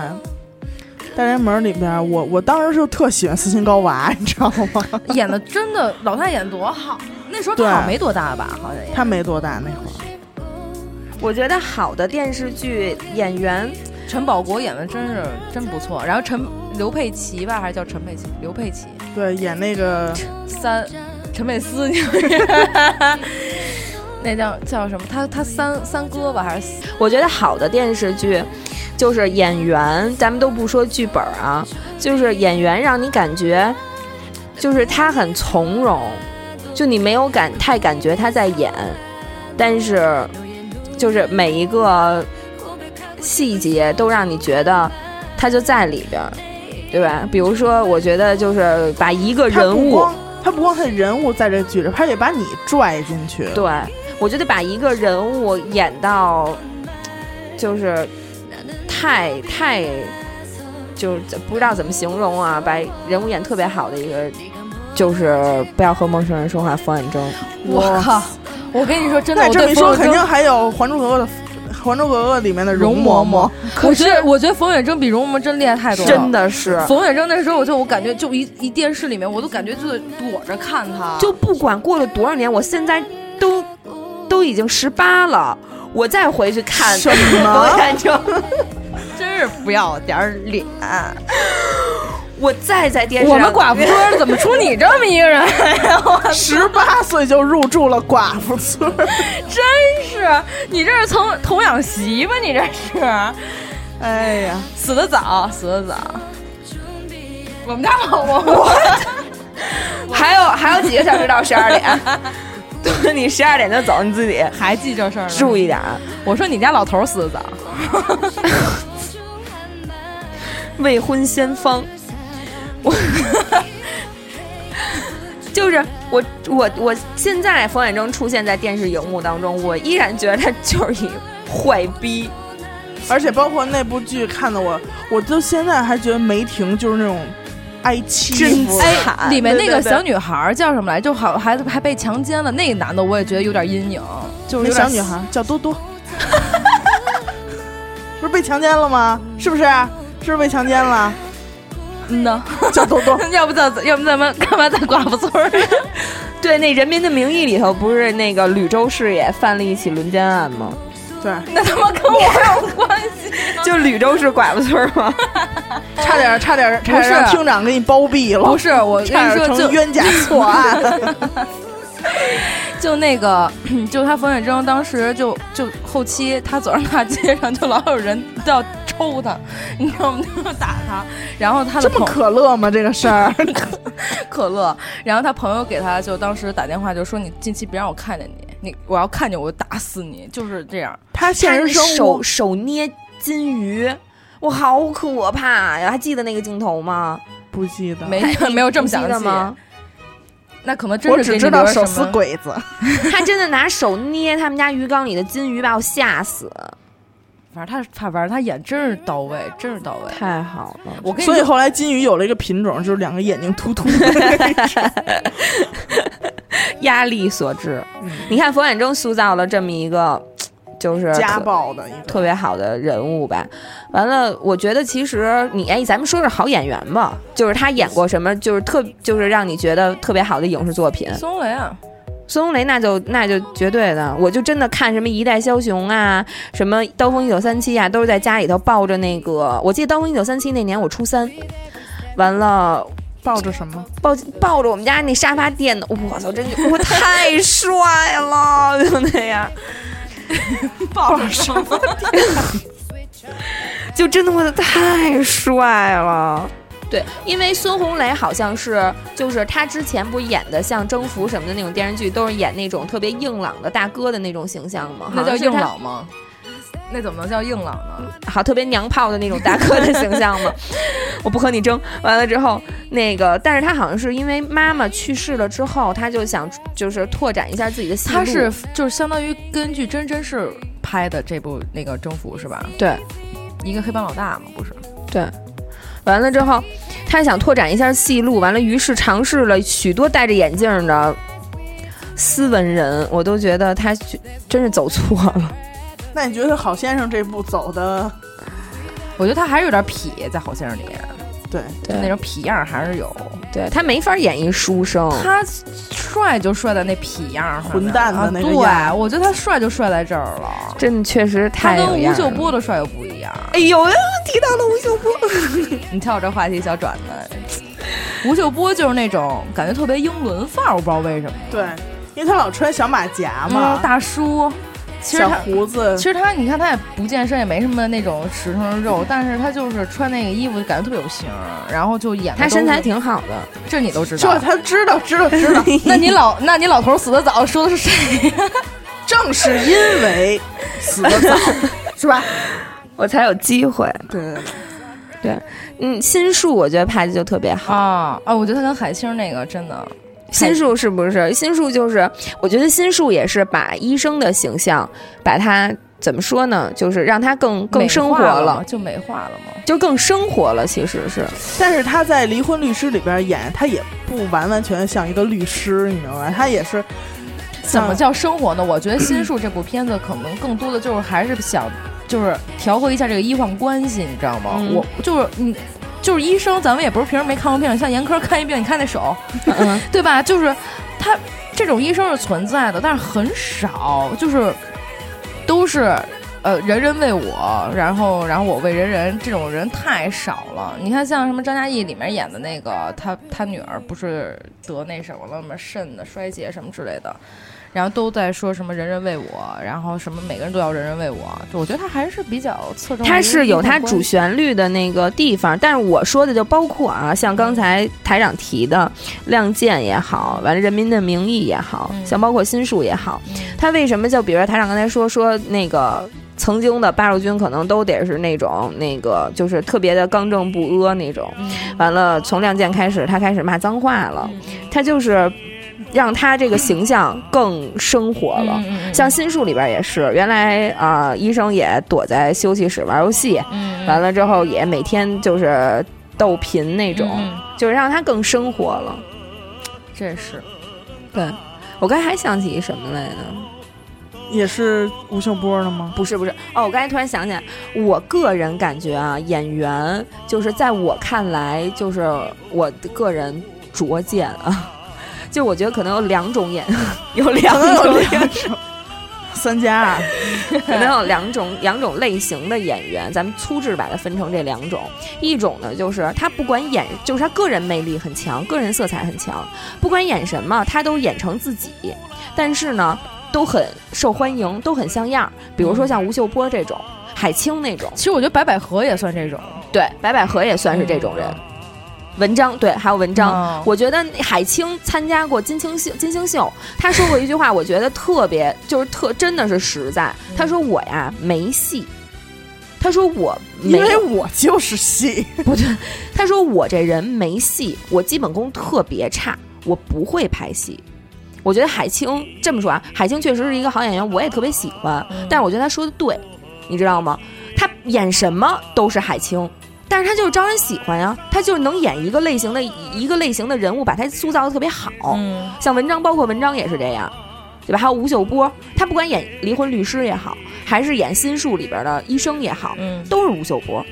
S4: 大宅门》里边儿，我我当时就特喜欢斯琴高娃， 你知道吗？
S5: 演的真的老太演多好，那时候她
S4: 对
S5: 好像没多大吧，好像也。
S4: 他没多大那会儿，
S1: 我觉得好的电视剧演员
S5: 陈宝国演的真是真不错，然后陈刘佩琦吧，还是叫陈佩琦？刘佩琦
S4: 对，演那个
S5: 三，陈佩斯， 那叫叫什么？他他三三哥吧，还是四
S1: 我觉得好的电视剧，就是演员，咱们都不说剧本啊，就是演员让你感觉就是他很从容，就你没有感太感觉他在演，但是就是每一个细节都让你觉得他就在里边儿，对吧？比如说，我觉得就是把一个人
S4: 他
S1: 物，
S4: 不光他不光他人物在这剧里，他也把你拽进去。
S1: 对我觉得把一个人物演到就是太太。就是不知道怎么形容啊，把人物演特别好的一个，就是不要和陌生人说话，冯远征。
S5: 我靠！我跟你说，真的，
S4: 那
S5: 我
S4: 这么
S5: 对
S4: 一
S5: 冯
S4: 说，
S5: 远
S4: 肯
S5: 征
S4: 定还有《还珠格格》的《还珠格格》里面的容嬷嬷。
S5: 我觉得，我觉得冯远征比容嬷嬷真厉害太多了，
S1: 真的是
S5: 冯远征那时候，我就我感觉就一一电视里面，我都感觉就得躲着看他，
S1: 就不管过了多少年，我现在都都已经十八了，我再回去看
S4: 什
S1: 我
S4: 么？
S1: 感觉
S5: 真是不要点儿脸。
S1: 我再在电视
S5: 我
S1: 上
S5: 们寡妇村怎么出你这么一个 人？
S4: 十八岁就入住了寡妇村儿，
S5: 真是，啊你这是从童养媳吧？你这是啊
S4: 哎呀，
S5: 死得早，死得早。我们家老王，
S1: 还有还有几个小时到十二点， 对你十二点就走，你自己
S5: 还记这事儿
S1: 注
S5: 呢？
S1: 意点儿，
S5: 我说你家老头儿死得早，
S1: 未婚先芳。我 就是我我我现在冯远征出现在电视荧幕当中，我依然觉得他就是一坏逼。
S4: 而且包括那部剧看的我，我到现在还觉得梅婷就是那种挨欺负。
S5: 哎，里面那个
S4: 对对对
S5: 小女孩儿叫什么来？就好还还被强奸了，那个男的我也觉得有点阴影，就
S4: 那
S5: 是有点
S4: 小女孩叫多多，不是被强奸了吗？是不是？是不是被强奸了？
S5: 嗯呢。
S4: 叫多多，
S5: 要不咱要不咱们干嘛在寡妇村儿？
S1: 对，那《人民的名义》里头不是那个吕州市也犯了一起轮奸案吗？
S4: 对，
S5: 那他妈跟我有关系？
S1: 就吕州市寡妇村吗？
S4: 差点儿，差点儿，差点儿让厅长给你包庇了，
S5: 不是，我跟
S4: 差
S5: 你
S4: 点
S5: 说
S4: 儿
S5: 就
S4: 成冤假错案。
S5: 就那个， 就他冯远征当时就就后期他走上大街上，就老有人都要抽他，你知道吗？就打他。然后他 的
S4: 这么
S5: 朋
S4: 可乐吗？这个事儿，
S5: 可乐，然后他朋友给他就当时打电话就说你近期别让我看见你，你我要看见我就打死你，就是这样。
S4: 他现实生活
S1: 手手捏金鱼，我好可怕呀！还记得那个镜头吗？
S4: 不记得，
S5: 没 没有这么详
S1: 你记得
S5: 细
S1: 吗？
S5: 那可能真
S4: 我
S5: 是给
S4: 只
S5: 你
S4: 知道
S5: 留着
S4: 手
S5: 什
S4: 撕
S5: 么
S4: 鬼子。
S1: 他真的拿手捏他们家鱼缸里的金鱼，把我吓死！
S5: 反正他他反正他演真是到位，真是到位。
S1: 太好了，
S5: 我跟你
S4: 所以
S5: 说，
S4: 后来金鱼有了一个品种，就是两个眼睛突突 的。
S1: 压力所致。你看冯远征塑造了这么一个，就是
S4: 家
S1: 可
S4: 暴的一个。
S1: 特别好的人物吧。完了，我觉得其实你哎，咱们说说好演员吧，就是他演过什么，就是特就是让你觉得特别好的影视作品。
S5: 孙红雷啊，
S1: 孙红雷那就那就绝对的，我就真的看什么《一代枭雄》啊，什么《刀锋一九三七》啊，都是在家里头抱着那个，我记得《刀锋一九三七》那年我初三，完了。
S4: 抱着什么？
S1: 抱抱着我们家那沙发垫的，我操，真就我太帅了， 就那样，
S4: 抱着什么？
S1: 就真的我的太帅了。对，因为孙红雷好像是，就是他之前不是演的像《征服》什么的那种电视剧，都是演那种特别硬朗的大哥的那种形象
S4: 啊
S1: 嘛，
S5: 那
S1: 好
S5: 叫
S1: 像是
S5: 硬
S1: 他，
S5: 朗吗？那怎么能叫硬朗呢？
S1: 好特别娘炮的那种大哥的形象 嘛。我不和你争。完了之后，那个，但是他好像是因为妈妈去世了之后，他就想就是拓展一下自己的戏路。
S5: 他是就是相当于根据真真是拍的这部那个《征服》是吧？
S1: 对，
S5: 一个黑帮老大嘛，不是？
S1: 完了之后，他想拓展一下戏路，完了，于是尝试了许多戴着眼镜的斯文人，我都觉得他去真是走错了。
S4: 那你觉得《好先生》这步走的，
S5: 我觉得他还是有点痞，在好先生里面，
S4: 对，哦
S5: 就那种痞样儿还是有。
S1: 对他没法演绎书生，
S5: 他帅就帅在那痞样儿上面，
S4: 混蛋的那个样
S5: 啊。对，我觉得他帅就帅在这儿了。
S1: 真的确实
S5: 他
S1: 太
S5: 跟
S1: 有样
S5: 吴
S1: 儿了
S5: 秀波的帅又不一样。
S1: 哎呦，提到了吴秀波，
S5: 你跳这话题小转的，吴秀波就是那种感觉特嗯别英伦范儿，我不知道为什么。
S4: 对，因为他老穿小马甲嘛，
S5: 嗯，大叔，其实
S4: 小
S5: 他
S4: 胡子
S5: 其实他，你看他也不健身，也没什么那种实诚肉，但是他就是穿那个衣服就感觉特别有型儿，然后就演得
S1: 他身材
S5: 都是
S1: 挺好的，
S5: 这你都知道
S4: 这。 他知道知道知 道，
S5: 那你老那你老头死得早，说的是谁？
S4: 正是因为死的早，是吧？
S1: 我才有机会。
S4: 对，
S1: 对，嗯，心术我觉得拍的就特别好。
S5: 啊啊！我觉得他跟海清那个真的
S1: 心术是不是？心术就是，我觉得心术也是把医生的形象，把他怎么说呢？就是让他更更
S5: 美
S1: 生
S5: 化
S1: 活
S5: 了嘛，
S1: 了，
S5: 就美化了嘛。
S1: 就更生活了。其实是，
S4: 但是他在《离婚律师》里边演，他也不完完全全像一个律师，你知道吧？他也是
S5: 怎么
S4: 像
S5: 叫生活呢？我觉得《心术》这部片子可能更多的就是还是想就是调和一下这个医患关系，你知道吗？
S1: 嗯
S5: 我就是你。就是医生，咱们也不是平时没看过病，像严科看一病，你看那手，
S1: 嗯，
S5: 对吧？就是他这种医生是存在的，但是很少，就是都是呃人人为我，然后然后我为人人，这种人太少了。你看像什么张嘉译里面演的那个，他他女儿不是得那什么了吗？肾的衰竭什么之类的。然后都在说什么人人为我，然后什么每个人都要人人为我，就我觉得他还是比较侧重于
S1: 它是有
S5: 利益
S1: 它
S5: 关
S1: 主
S5: 系
S1: 旋律的那个地方，但是我说的就包括啊，像刚才台长提的《亮剑》也好，完了《人民的名义》也好，
S5: 嗯
S1: 像包括《心术》也好，
S5: 嗯
S1: 他为什么就比如说台长刚才说说那个曾经的八路军可能都得是那种那个就是特别的刚正不阿那种，完了从《亮剑》开始他开始骂脏话
S5: 嗯
S1: 了，他就是让他这个形象更生活了。
S5: 嗯嗯嗯
S1: 像新术里边也是，原来啊、呃医生也躲在休息室玩游戏，
S5: 嗯
S1: 完了之后也每天就是斗贫那种，
S5: 嗯嗯
S1: 就是让他更生活了。
S5: 这是
S1: 对我刚才还想起一什么来呢？
S4: 也是吴秀波的吗？
S1: 不是不是哦，我刚才突然想起来，我个人感觉啊，演员就是在我看来，就是我个人拙见啊， 就我觉得可能有两种演，有两
S4: 可能有
S1: 种
S4: 两三家啊，
S1: 可能有两种两种类型的演员，咱们粗制把它分成这两种。一种呢，就是他不管演，就是他个人魅力很强，个人色彩很强，不管演什么，他都演成自己，但是呢，都很受欢迎，都很像样儿。比如
S4: 嗯
S1: 说像吴秀波这种，海清那种，
S5: 其实我觉得白百合也算这种
S1: 对，白百合也算是这种人。文章对，还有文章，
S4: 嗯
S5: 哦
S1: 我觉得海清参加过金星秀，金星秀，她说过一句话，我觉得特别，就是特真的是实在。她说我呀没戏，她说我没
S4: 因为我就是戏，
S1: 他说我这人没戏，我基本功特别差，我不会拍戏。我觉得海清这么说啊，海清确实是一个好演员，我也特别喜欢。
S5: 嗯
S1: 但是我觉得他说的对，你知道吗？他演什么都是海清，但是他就是招人喜欢呀、他就是能演一个类型的一个类型的人物，把他塑造的特别好。
S5: 嗯
S1: 像文章，包括文章也是这样，对吧？还有吴秀波，他不管演离婚律师也好，还是演心术里边的医生也好，
S5: 嗯，
S1: 都是吴秀波。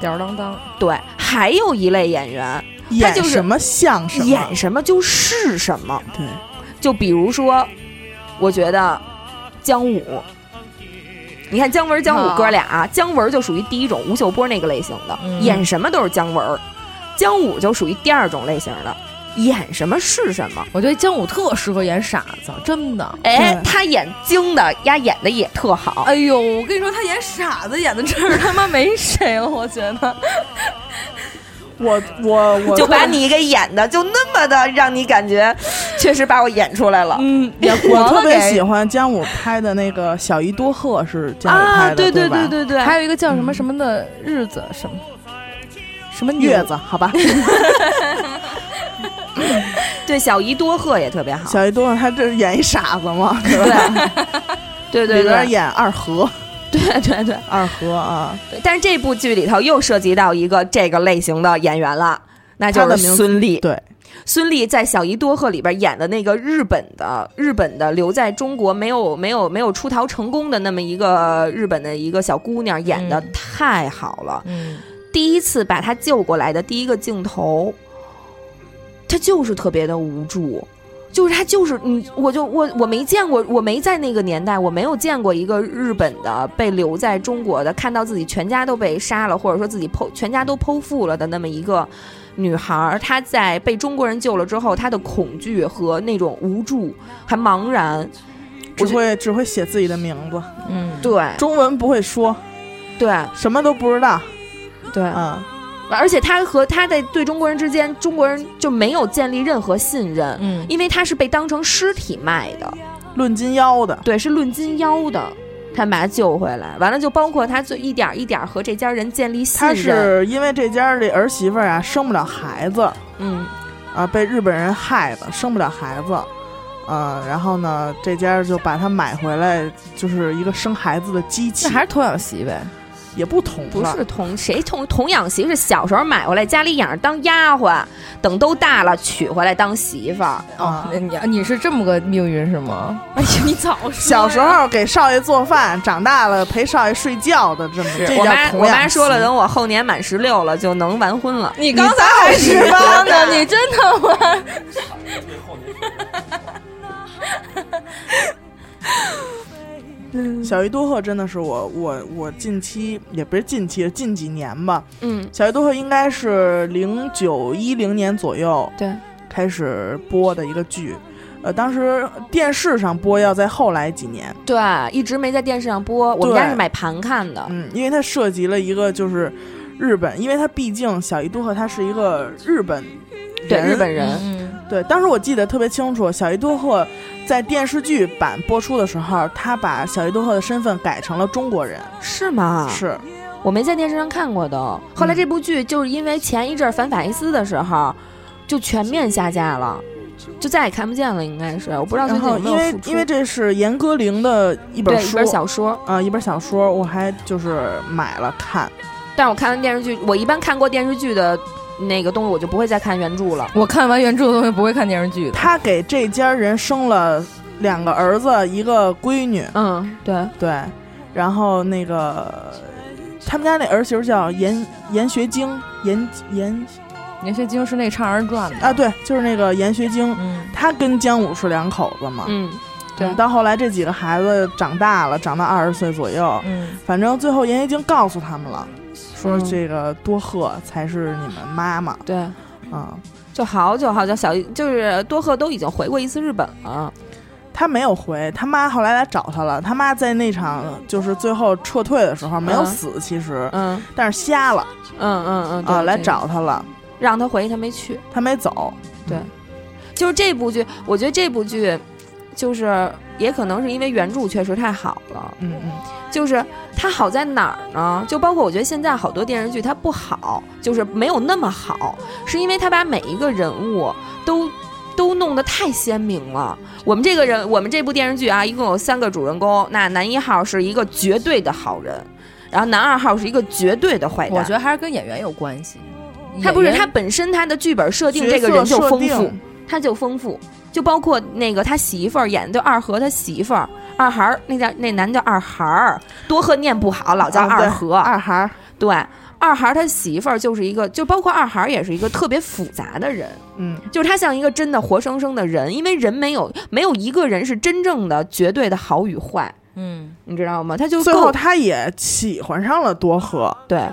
S5: 吊儿郎当。
S1: 对，还有一类演员，
S4: 演
S1: 就是
S4: 什么像什么，
S1: 演什么就是什么。
S4: 对，
S1: 就比如说，我觉得姜武，你看姜文、姜武哥俩、姜文就属于第一种吴秀波那个类型的，
S5: 嗯
S1: 演什么都是姜文儿；姜武就属于第二种类型的，演什么是什么。
S5: 我觉得姜武特适合演傻子，真的。
S1: 哎
S4: 对，
S1: 他演精的，丫演的也特好。
S5: 哎呦，我跟你说，他演傻子演的真是他妈没谁了，我觉得。
S4: 我我 我
S1: 就把你给演的就那么的让你感觉，确实把我演出来了。
S5: 嗯，
S4: 哎我特别喜
S5: 欢。
S4: 欢姜武拍的那个《小姨多鹤》，是姜武拍
S1: 啊，
S4: 的，
S1: 对
S4: 对吧
S1: 对对对，
S5: 还有一个叫什么什么的日子什么什么
S4: 月
S5: 子，
S4: 子，好 吧，
S1: 对小姨多鹤也特别好。
S4: 小姨多鹤他这是演一傻子嘛， 对吧？
S1: 对对
S4: 里边
S1: 对
S4: 演二和，
S1: 对对对。
S4: 二和啊，
S1: 但是这部剧里头又涉及到一个这个类型的演员了，那就
S4: 他的名
S1: 是
S4: 字
S1: 孙俪。
S4: 对，
S1: 孙俪在《小姨多鹤》里边演的那个日本的日本的留在中国没有没有没有出逃成功的那么一个日本的一个小姑娘，演的
S5: 嗯
S1: 太好了。
S5: 嗯，
S1: 第一次把她救过来的第一个镜头，她就是特别的无助。就是她就是你，我就我我没见过，我没在那个年代，我没有见过一个日本的被留在中国的，看到自己全家都被杀了，或者说自己剖全家都剖腹了的那么一个女孩儿。她在被中国人救了之后，她的恐惧和那种无助还茫然，
S4: 只会只会写自己的名字，
S5: 嗯，
S1: 对，
S4: 中文不会说，
S1: 对，
S4: 什么都不知道，
S1: 对，
S4: 啊，
S1: 而且他和他在对中国人之间，中国人就没有建立任何信任，
S5: 嗯，
S1: 因为他是被当成尸体卖的，
S4: 论斤腰的，
S1: 对，是论斤腰的。他把他救回来，完了就包括他就一点一点和这家人建立信
S4: 他
S1: 任。
S4: 是因为这家这儿媳妇儿啊生不了孩子，
S1: 嗯，
S4: 啊被日本人害的，生不了孩子，啊，然后呢这家就把他买回来，就是一个生孩子的机器
S5: 那，还是童养媳呗。
S4: 也不同
S1: 不
S4: 了
S1: 是童谁童童养媳是小时候买回来家里养着当丫鬟，等都大了娶回来当媳妇儿。
S4: 啊。
S5: 那你你是这么个命运是吗？
S6: 哎呀，你早说呀！
S4: 小时候给少爷做饭，长大了陪少爷睡觉的，这么这
S1: 我
S4: 叫
S1: 妈
S4: 童
S1: 我
S4: 养
S1: 妈说了，
S4: 媳
S1: 等我后年满十六了就能完婚了。
S6: 你刚才还是
S4: 吧
S6: 呢， 你真的吗？
S4: 小鱼多鹤真的是我我我近期也不是近期，近几年吧，
S1: 嗯，
S4: 小鱼多鹤应该是零九一零年左右
S1: 对，
S4: 开始播的一个剧，呃，当时电视上播要在后来几年，
S1: 对，一直没在电视上播，我们
S4: 对
S1: 家是买盘看的。
S4: 嗯，因为它涉及了一个就是日本，因为它毕竟小鱼多鹤他是一个日本
S1: 对，
S4: 人
S1: 日本人，
S5: 嗯，
S4: 对，当时我记得特别清楚，小鱼多鹤在电视剧版播出的时候，他把小鱼多鹤的身份改成了中国人，
S1: 是吗？
S4: 是
S1: 我没在电视上看过都。后
S4: 嗯
S1: 来这部剧就是因为前一阵儿反法西斯的时候，就全面下架了，就再也看不见了，应该是。我不知道最
S4: 然
S1: 近有
S4: 后
S1: 没
S4: 因
S1: 有
S4: 为
S1: 复出。
S4: 因为这是严歌苓的一本
S1: 对一
S4: 书，
S1: 本小说，
S4: 啊、一本小说，我还就是买了看。
S1: 但我看完电视剧，我一般看过电视剧的那个东西，我就不会再看原著了。
S5: 我看完原著的东西不会看电视剧的。
S4: 他给这家人生了两个儿子，一个闺女，
S1: 嗯，对，
S4: 对，然后那个他们家那儿媳妇叫严严学晶，严严
S5: 年学晶是那唱二人转的，
S4: 啊，对，就是那个严学晶，
S5: 嗯，
S4: 他跟姜武是两口子嘛，
S1: 嗯，对
S4: 嗯到后来这几个孩子长大了，长到二十岁左右，
S5: 嗯，
S4: 反正最后严一经告诉他们了，说
S1: 嗯
S4: 这个多鹤才是你们妈妈
S1: 对，
S4: 啊、
S1: 就好久好久，小就是多赫都已经回过一次日本了。
S4: 他没有回，他妈后来来找他了，他妈在那场就是最后撤退的时候没有
S1: 嗯
S4: 死，其实、
S1: 嗯
S4: 但是瞎了
S1: 嗯嗯嗯，对
S4: 啊，来
S1: 对
S4: 找他了，
S1: 让他回，他没去。
S4: 他没走，
S1: 就是这部剧，我觉得这部剧，就是也可能是因为原著确实太好了。
S4: 嗯嗯，
S1: 就是它好在哪儿呢？就包括我觉得现在好多电视剧它不好，就是没有那么好，是因为它把每一个人物都。都弄得太鲜明了。我们这个人，我们这部电视剧啊，一共有三个主人公。那男一号是一个绝对的好人，然后男二号是一个绝对的坏蛋。
S5: 我觉得还是跟演员有关系。
S1: 他不是
S5: 演员
S1: 他本身他的剧本设定，
S4: 角
S1: 这个人
S4: 色
S1: 就
S4: 设
S1: 丰富
S4: 定，
S1: 他就丰富，就包括那个他媳妇儿演的就二和他媳妇儿二孩儿，那叫那男叫二孩儿，多和念不好，老叫
S4: 啊
S1: 二
S4: 对
S1: 和、
S4: 二孩儿，
S1: 对。二孩儿他媳妇儿就是一个，就包括二孩儿也是一个特别复杂的人，
S4: 嗯，
S1: 就是他像一个真的活生生的人，因为人没有没有一个人是真正的绝对的好与坏，
S5: 嗯，
S1: 你知道吗？他就
S4: 最
S1: 够
S4: 后他也喜欢上了多鹤，
S1: 对，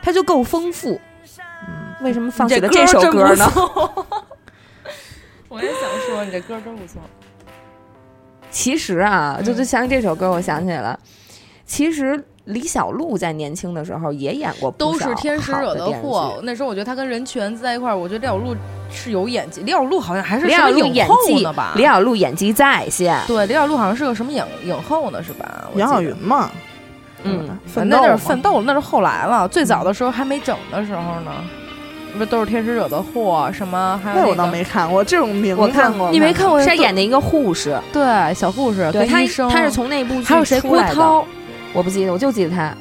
S1: 他就够丰富。嗯为什么放
S5: 你
S1: 起
S5: 这
S1: 了
S5: 歌
S1: 这首
S5: 真
S1: 歌
S5: 不
S1: 呢？
S5: 错？ 我也想说，你这歌真不错。
S1: 其实啊，
S5: 嗯
S1: 就就想起这首歌，我想起来了。其实李小璐在年轻的时候也演过不
S5: 都
S1: 少
S5: 是天使
S1: 好
S5: 惹
S1: 的
S5: 的
S1: 电视
S5: 祸。
S1: 剧。
S5: 那时候我觉得他跟任泉在一块儿，我觉得廖小璐是有演技。廖小璐好像还是
S1: 李
S5: 什
S1: 小
S5: 么
S1: 璐
S5: 影
S1: 演
S5: 后
S1: 技
S5: 呢吧，？
S1: 李小璐演技在线。
S5: 对，李小璐好像是个什么影影后呢，是吧？我记得
S4: 杨晓云，嘛，
S1: 嗯，
S4: 奋
S5: 反
S4: 斗
S5: 正那是
S4: 嘛
S5: 奋斗了，那是后来了。最早的时候还没整的时候呢，不都是天使惹的祸？什么还有
S4: 哎那我
S5: 个
S4: 倒没看过这种名字，
S1: 我嗯看过，
S5: 你没看过
S1: 是
S5: 是
S1: 演的一个护士，
S5: 对小护士
S1: 对
S5: 跟
S1: 他
S5: 医生，
S1: 他是从那部剧
S5: 还有谁？
S1: 出
S5: 郭
S1: 来的，
S5: 涛，
S1: 我不记得，我就记得他。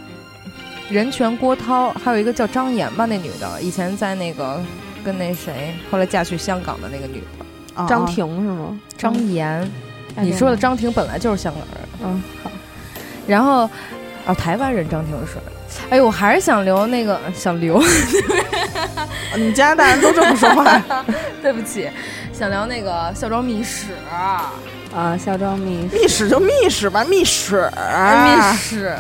S5: 人权郭涛，还有一个叫张岩吧，那女的以前在那个跟那谁，后来嫁去香港的那个女的
S4: 啊
S1: 张庭是吗？
S5: 张岩。你说的张庭本来就是香港人，
S1: 嗯，好，
S5: 然后啊，台湾人张庭是，哎呦，我还是想留那个想留，
S4: 你们加拿大人都这么说话，
S5: 对不起，想聊那个校招密室，
S1: 啊，校招迷
S4: 密室就密室吧，密室，啊
S5: 密室。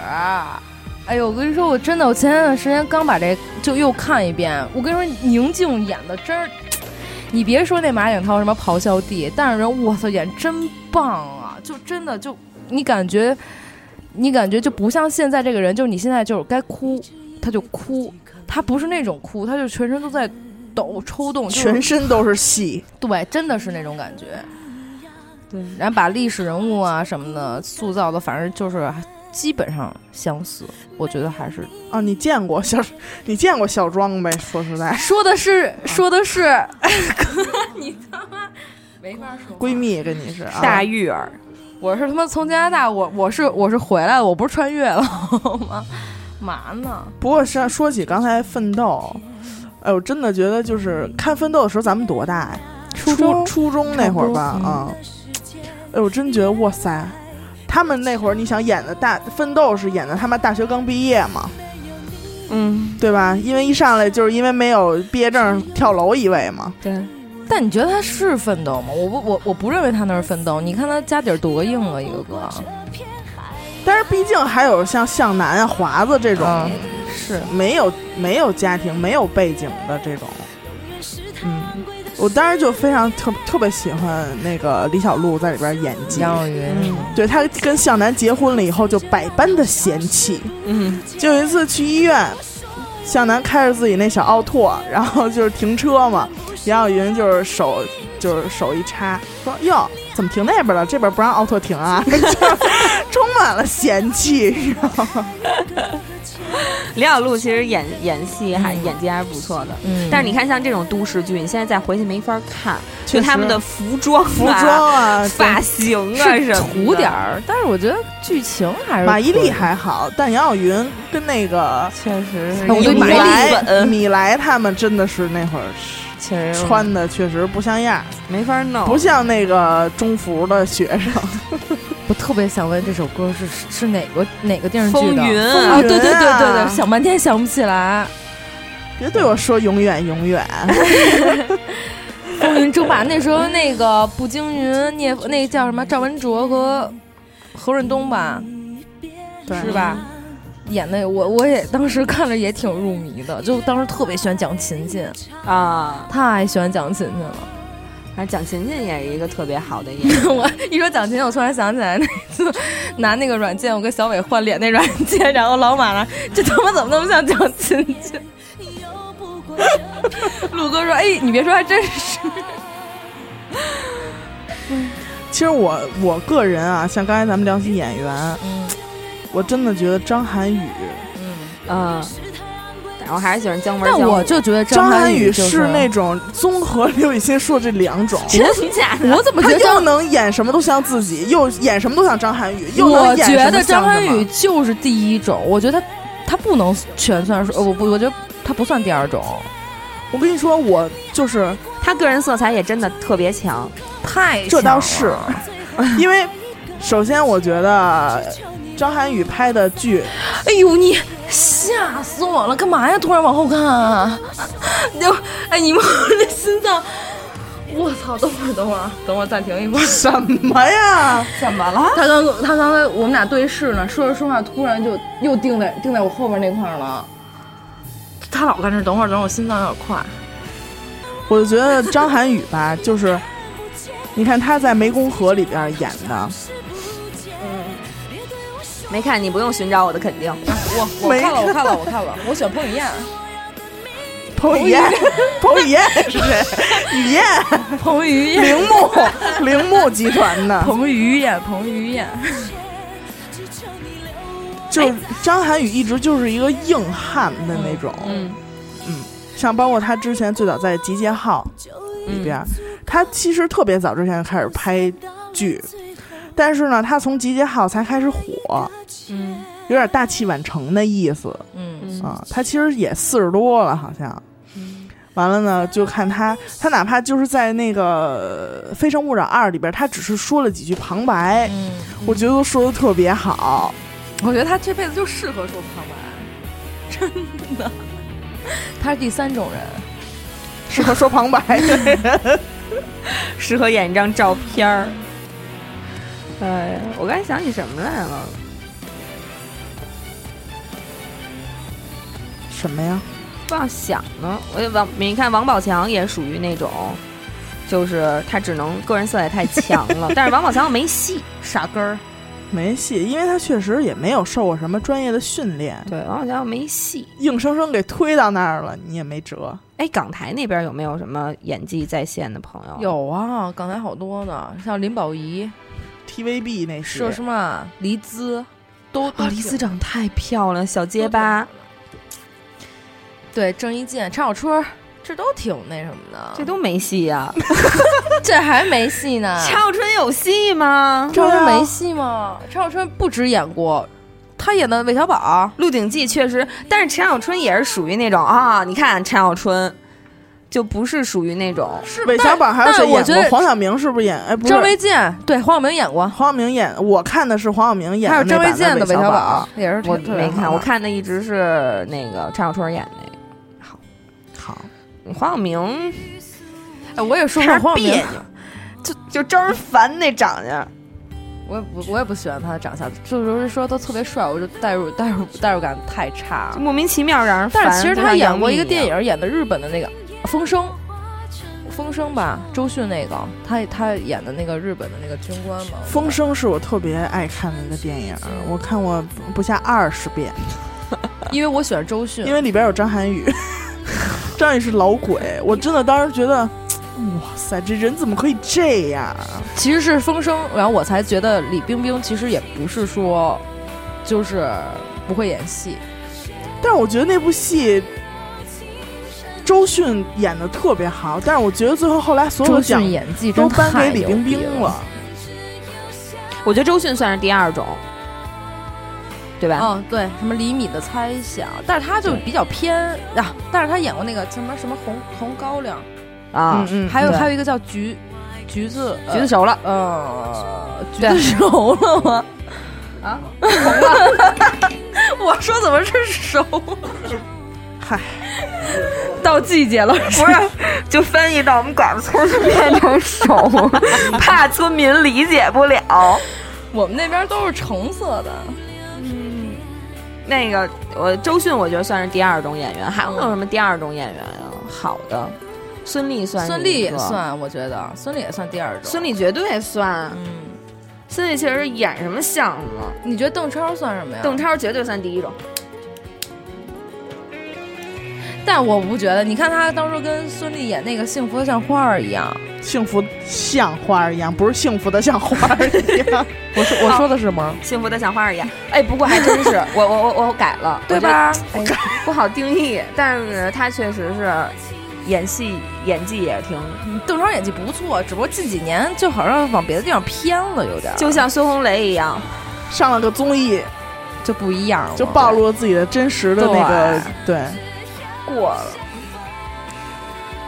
S5: 哎呦，我跟你说，我真的，我前段时间刚把这就又看一遍。我跟你说，宁静演的真儿，你别说那马景涛什么咆哮帝，但是人，我操，演真棒啊！就真的就你感觉，你感觉就不像现在这个人，就是你现在就是该哭他就哭，他不是那种哭，他就全身都在抖抽动，就是
S4: 全身都是戏。
S5: 对，真的是那种感觉。对，然后把历史人物啊什么的塑造的，反正就是基本上相似，我觉得还是
S4: 啊，你见过小，你见过小庄呗？说实在，
S5: 说的是说的是、
S6: 啊 你他妈没法说。
S4: 闺蜜跟你是啊，
S1: 大玉儿，
S5: 我是他妈从加拿大，我我是我是回来了，我不是穿越了好吗？嘛呢？
S4: 不过是说起刚才奋斗，哎，我真的觉得就是看奋斗的时候，咱们多大呀？初
S5: 中
S4: 初中那会儿吧，
S5: 差不多
S4: 啊、哎，我真觉得哇塞，他们那会儿你想演的大奋斗是演的他妈大学刚毕业嘛，
S1: 嗯，
S4: 对吧？因为一上来就是因为没有毕业证跳楼一位嘛，
S1: 对，
S5: 但你觉得他是奋斗吗？我不我我不认为他那是奋斗，你看他家底儿多硬啊，一个个。
S4: 但是毕竟还有像向南啊、华子这种、
S5: 嗯，是
S4: 没有没有家庭、没有背景的这种，嗯，我当时就非常特特别喜欢那个李小璐在里边演技，
S5: 杨永云是吗？
S4: 对她跟向南结婚了以后就百般的嫌弃，
S1: 嗯，
S4: 就有一次去医院，向南开着自己那小奥拓，然后就是停车嘛，杨晓云就是手就是手一插，说哟怎么停那边了？这边不让奥拓停啊，就是充满了嫌弃，你知道吗？
S1: 李小璐其实演演戏还演技还是不错的，
S5: 嗯
S1: 但是你看像这种都市剧，你现在再回去没法看，
S4: 确
S1: 就
S4: 实
S1: 他们的服装、
S4: 服装、啊，
S1: 发型啊什
S5: 是
S1: 么的
S5: 土点儿，但是我觉得剧情还是
S4: 马伊
S5: 可以
S4: 琍还好，但杨晓云跟那个
S5: 确实是
S1: 哎我
S5: 有
S1: 对
S4: 米
S1: 马
S5: 马
S1: 伊琍
S4: 莱、
S1: 粉
S4: 米莱他们真的是那会儿
S5: 确实
S4: 穿的确实不像样儿，
S1: 没法弄，
S4: 不像那个中服的学生。
S5: 我特别想问这首歌是是哪个哪个电视剧
S1: 风
S5: 的？
S1: 云
S5: 啊，
S4: 云
S5: 对对对对
S4: 啊
S5: 对，想半天想不起来，
S4: 别对我说永远永远，
S5: 《风云争霸》那时候那个步惊云、聂那叫什么赵文卓和何润东吧，
S4: 对
S5: 是？吧？演的我我也当时看着也挺入迷的，就当时特别喜欢蒋勤勤，
S1: 啊。
S5: 太喜欢蒋勤勤了。
S1: 反正蒋勤勤也是一个特别好的演 员，
S5: 我一说蒋勤勤，我突然想起来那次拿那个软件，我跟小伟换脸那软件，然后老马呢，这他妈怎么那么像蒋勤勤？陆哥说：“哎，你别说，还真是。
S4: 其实我我个人啊，像刚才咱们聊起演员，
S5: 嗯
S4: 我真的觉得张涵予，
S1: 嗯，但我还是喜欢姜文。
S5: 但
S1: 姜
S5: 我
S1: 武
S5: 就觉得
S4: 张
S5: 涵
S4: 涵予
S5: 就是
S4: 那种综合刘雨欣说这两种。
S1: 真假的，
S5: 我怎么觉
S4: 他
S5: 得
S4: 又
S5: 张？
S4: 能演什么都像自己，又演什么都像张涵予，又
S5: 我
S4: 能演
S5: 觉
S4: 什么
S5: 得
S4: 像
S5: 张涵
S4: 什么
S5: 予就是第一种，我觉得他他不能全算是，呃我不，我觉得他不算第二种，
S4: 我跟你说，我就是
S1: 他个人色彩也真的特别强，
S5: 太
S4: 这倒
S5: 像
S4: 是
S5: 了，啊
S4: 因为首先我觉得张涵予拍的剧，
S5: 哎呦你吓死我了！干嘛呀？突然往后看啊！就哎，你们我的心脏，我操！等会儿，等会儿，等会儿，暂停一 会儿。
S4: 什么呀？
S1: 怎么了？
S5: 他刚他刚才我们俩对视呢，说着说话，突然就又定在定在我后边那块儿了。他老干这，等会儿，等会儿，我心脏有点快。
S4: 我就觉得张涵予吧，就是你看他在《湄公河》里边演的，
S1: 没看你不用寻找我的肯定，
S5: 我
S4: 没
S5: 我看了，我看了，我看了，我选彭于晏。
S4: 彭于晏，彭于晏是谁？ 雨燕、
S5: 彭于晏，
S4: 铃木、铃木集团的，
S5: 彭于晏，彭于晏。
S4: 就是张涵予一直就是一个硬汉的那种，
S1: 嗯
S4: 像包括他之前最早在《集结号》
S1: 嗯
S4: 里边，他其实特别早之前就开始拍剧，但是呢，他从《集结号》才开始火，
S1: 嗯
S4: 有点大器晚成的意思
S5: 嗯，
S1: 嗯
S4: 啊。他其实也四十多了，好像。完了呢，就看他，他哪怕就是在那个呃《非诚勿扰二》里边，他只是说了几句旁白，我觉得都说的特别好。
S5: 我觉得他这辈子就适合说旁白，真的。他是第三种人，
S4: 适合说 旁白的人。
S1: 适合演一张照片儿。哎呀，我刚才想起什么来了？
S4: 什么呀？
S1: 忘想了。我也王，你看王宝强也属于 那种，就是他只能个人色彩太强了，但是王宝强没戏，
S5: 傻根儿，
S4: 没戏，因为他确实也没有受过什么专业的训练，
S1: 对，王小强没戏，
S4: 硬生生给推到那儿了，你也没辙。
S1: 哎，港台那边有没有什么演技在线的朋友？
S5: 有啊，港台好多呢，像林保怡、
S4: TVB 那些
S5: 佘诗曼、黎姿，都
S1: 啊，黎姿长得太漂亮，小结巴，
S5: 对郑伊健、陈小春，这都挺那什么的，
S1: 这都没戏呀、
S5: 这还没戏 呢。
S1: 陈小春有戏吗？
S5: 陈小春没戏吗？陈小春不止演过，他演的韦小宝，
S1: 《鹿鼎记》确实，但是陈小春也是属于那种啊，你看陈小春就不是属于那种
S5: 是
S4: 韦小宝还有谁
S5: 但我
S4: 演
S5: 觉
S4: 过？
S5: 得
S4: 黄晓明是不是演？哎，不是，
S5: 张卫健对黄晓明演过，
S4: 黄晓明演，我看的是黄晓明演
S5: 还有
S4: 的那
S5: 张
S4: 版
S5: 卫
S4: 的
S5: 健的
S4: 韦
S5: 韦小
S4: 宝，，
S5: 也是挺
S1: 我
S5: 特别
S1: 没看，
S5: 好
S1: 我看的一直是那个陈小春演那个。
S4: 好，
S1: 黄晓明
S5: 哎我也说
S1: 看着
S5: 过黄晓
S1: 别
S5: 明
S1: 扭，就就招人烦那长相。
S5: 我也不我也不喜欢他的长相，就是说他特别帅，我就代入代入代入感太差
S1: 就。莫名其妙让人烦。
S5: 但是其实
S1: 就
S5: 他
S1: 像
S5: 演
S1: 杨
S5: 过一
S1: 幂
S5: 个电
S1: 样，
S5: 影，演的日本的那个《风声》，风声吧，周迅那个，他他演的那个日本的那个军官嘛，
S4: 《风声》是我特别爱看的一个电影，我看过不下二十遍，
S5: 因为我喜欢周迅，
S4: 因为里边有张涵予， 张涵予是老鬼，我真的当时觉得，哇塞，这人怎么可以这样啊？
S5: 其实是《风声》，然后我才觉得李冰冰其实也不是说就是不会演戏，
S4: 但是我觉得那部戏。周迅演的特别好，但是我觉得最后后来所有
S5: 周
S4: 的奖
S5: 迅演技
S4: 都
S5: 真
S4: 颁
S5: 太
S4: 给李
S5: 牛
S4: 冰
S5: 逼
S4: 冰
S5: 了。
S4: 了。
S1: 我觉得周迅算是第二种，对吧？
S5: 嗯，对，什么李米的猜想，但是他就比较偏啊，但是他演过那个什么什么红红高粱，
S1: 啊，
S4: 嗯嗯
S5: 还有
S1: 对
S5: 还有一个叫橘橘子
S1: 橘子熟了，
S5: 呃，橘
S1: 对
S5: 子熟了吗？ 啊，红了。我说怎么是熟？
S1: 啊到季节了，不是？就翻译到我们寡妇村就 变成熟， 怕村民理解不了。
S5: 我们那边都是橙色的。
S1: 那个，我周迅，我觉得算是第二种演员，还有没有什么第二种演员啊？好的，孙俪算，
S5: 孙俪也，算，我觉得孙俪也算第二种。
S1: 孙，俪绝对算。
S5: 嗯，
S1: 孙俪其实演什么项目？
S5: 你觉得邓超算什么呀？
S1: 邓，超绝对算第一种。
S5: 但我不觉得。你看他当初跟孙俪演那个《幸福的像花儿一样，
S4: 幸福像花儿一样，不是幸福的像花儿一 样。我说我说的是吗？
S1: 幸福的像花儿一样。哎，不过还真 是，我我我我改了，
S5: 对
S1: 我觉得？
S5: 吧？
S1: 哎不好定义，但是他确实是演戏演技也挺，
S5: 邓超演技不错，只不过近几年就好像往别的地方偏了，有点儿
S1: 就像孙红雷一样，
S4: 上了个综艺
S5: 就不一样了，
S4: 就暴露了自己的真实的那个对。
S1: 过了。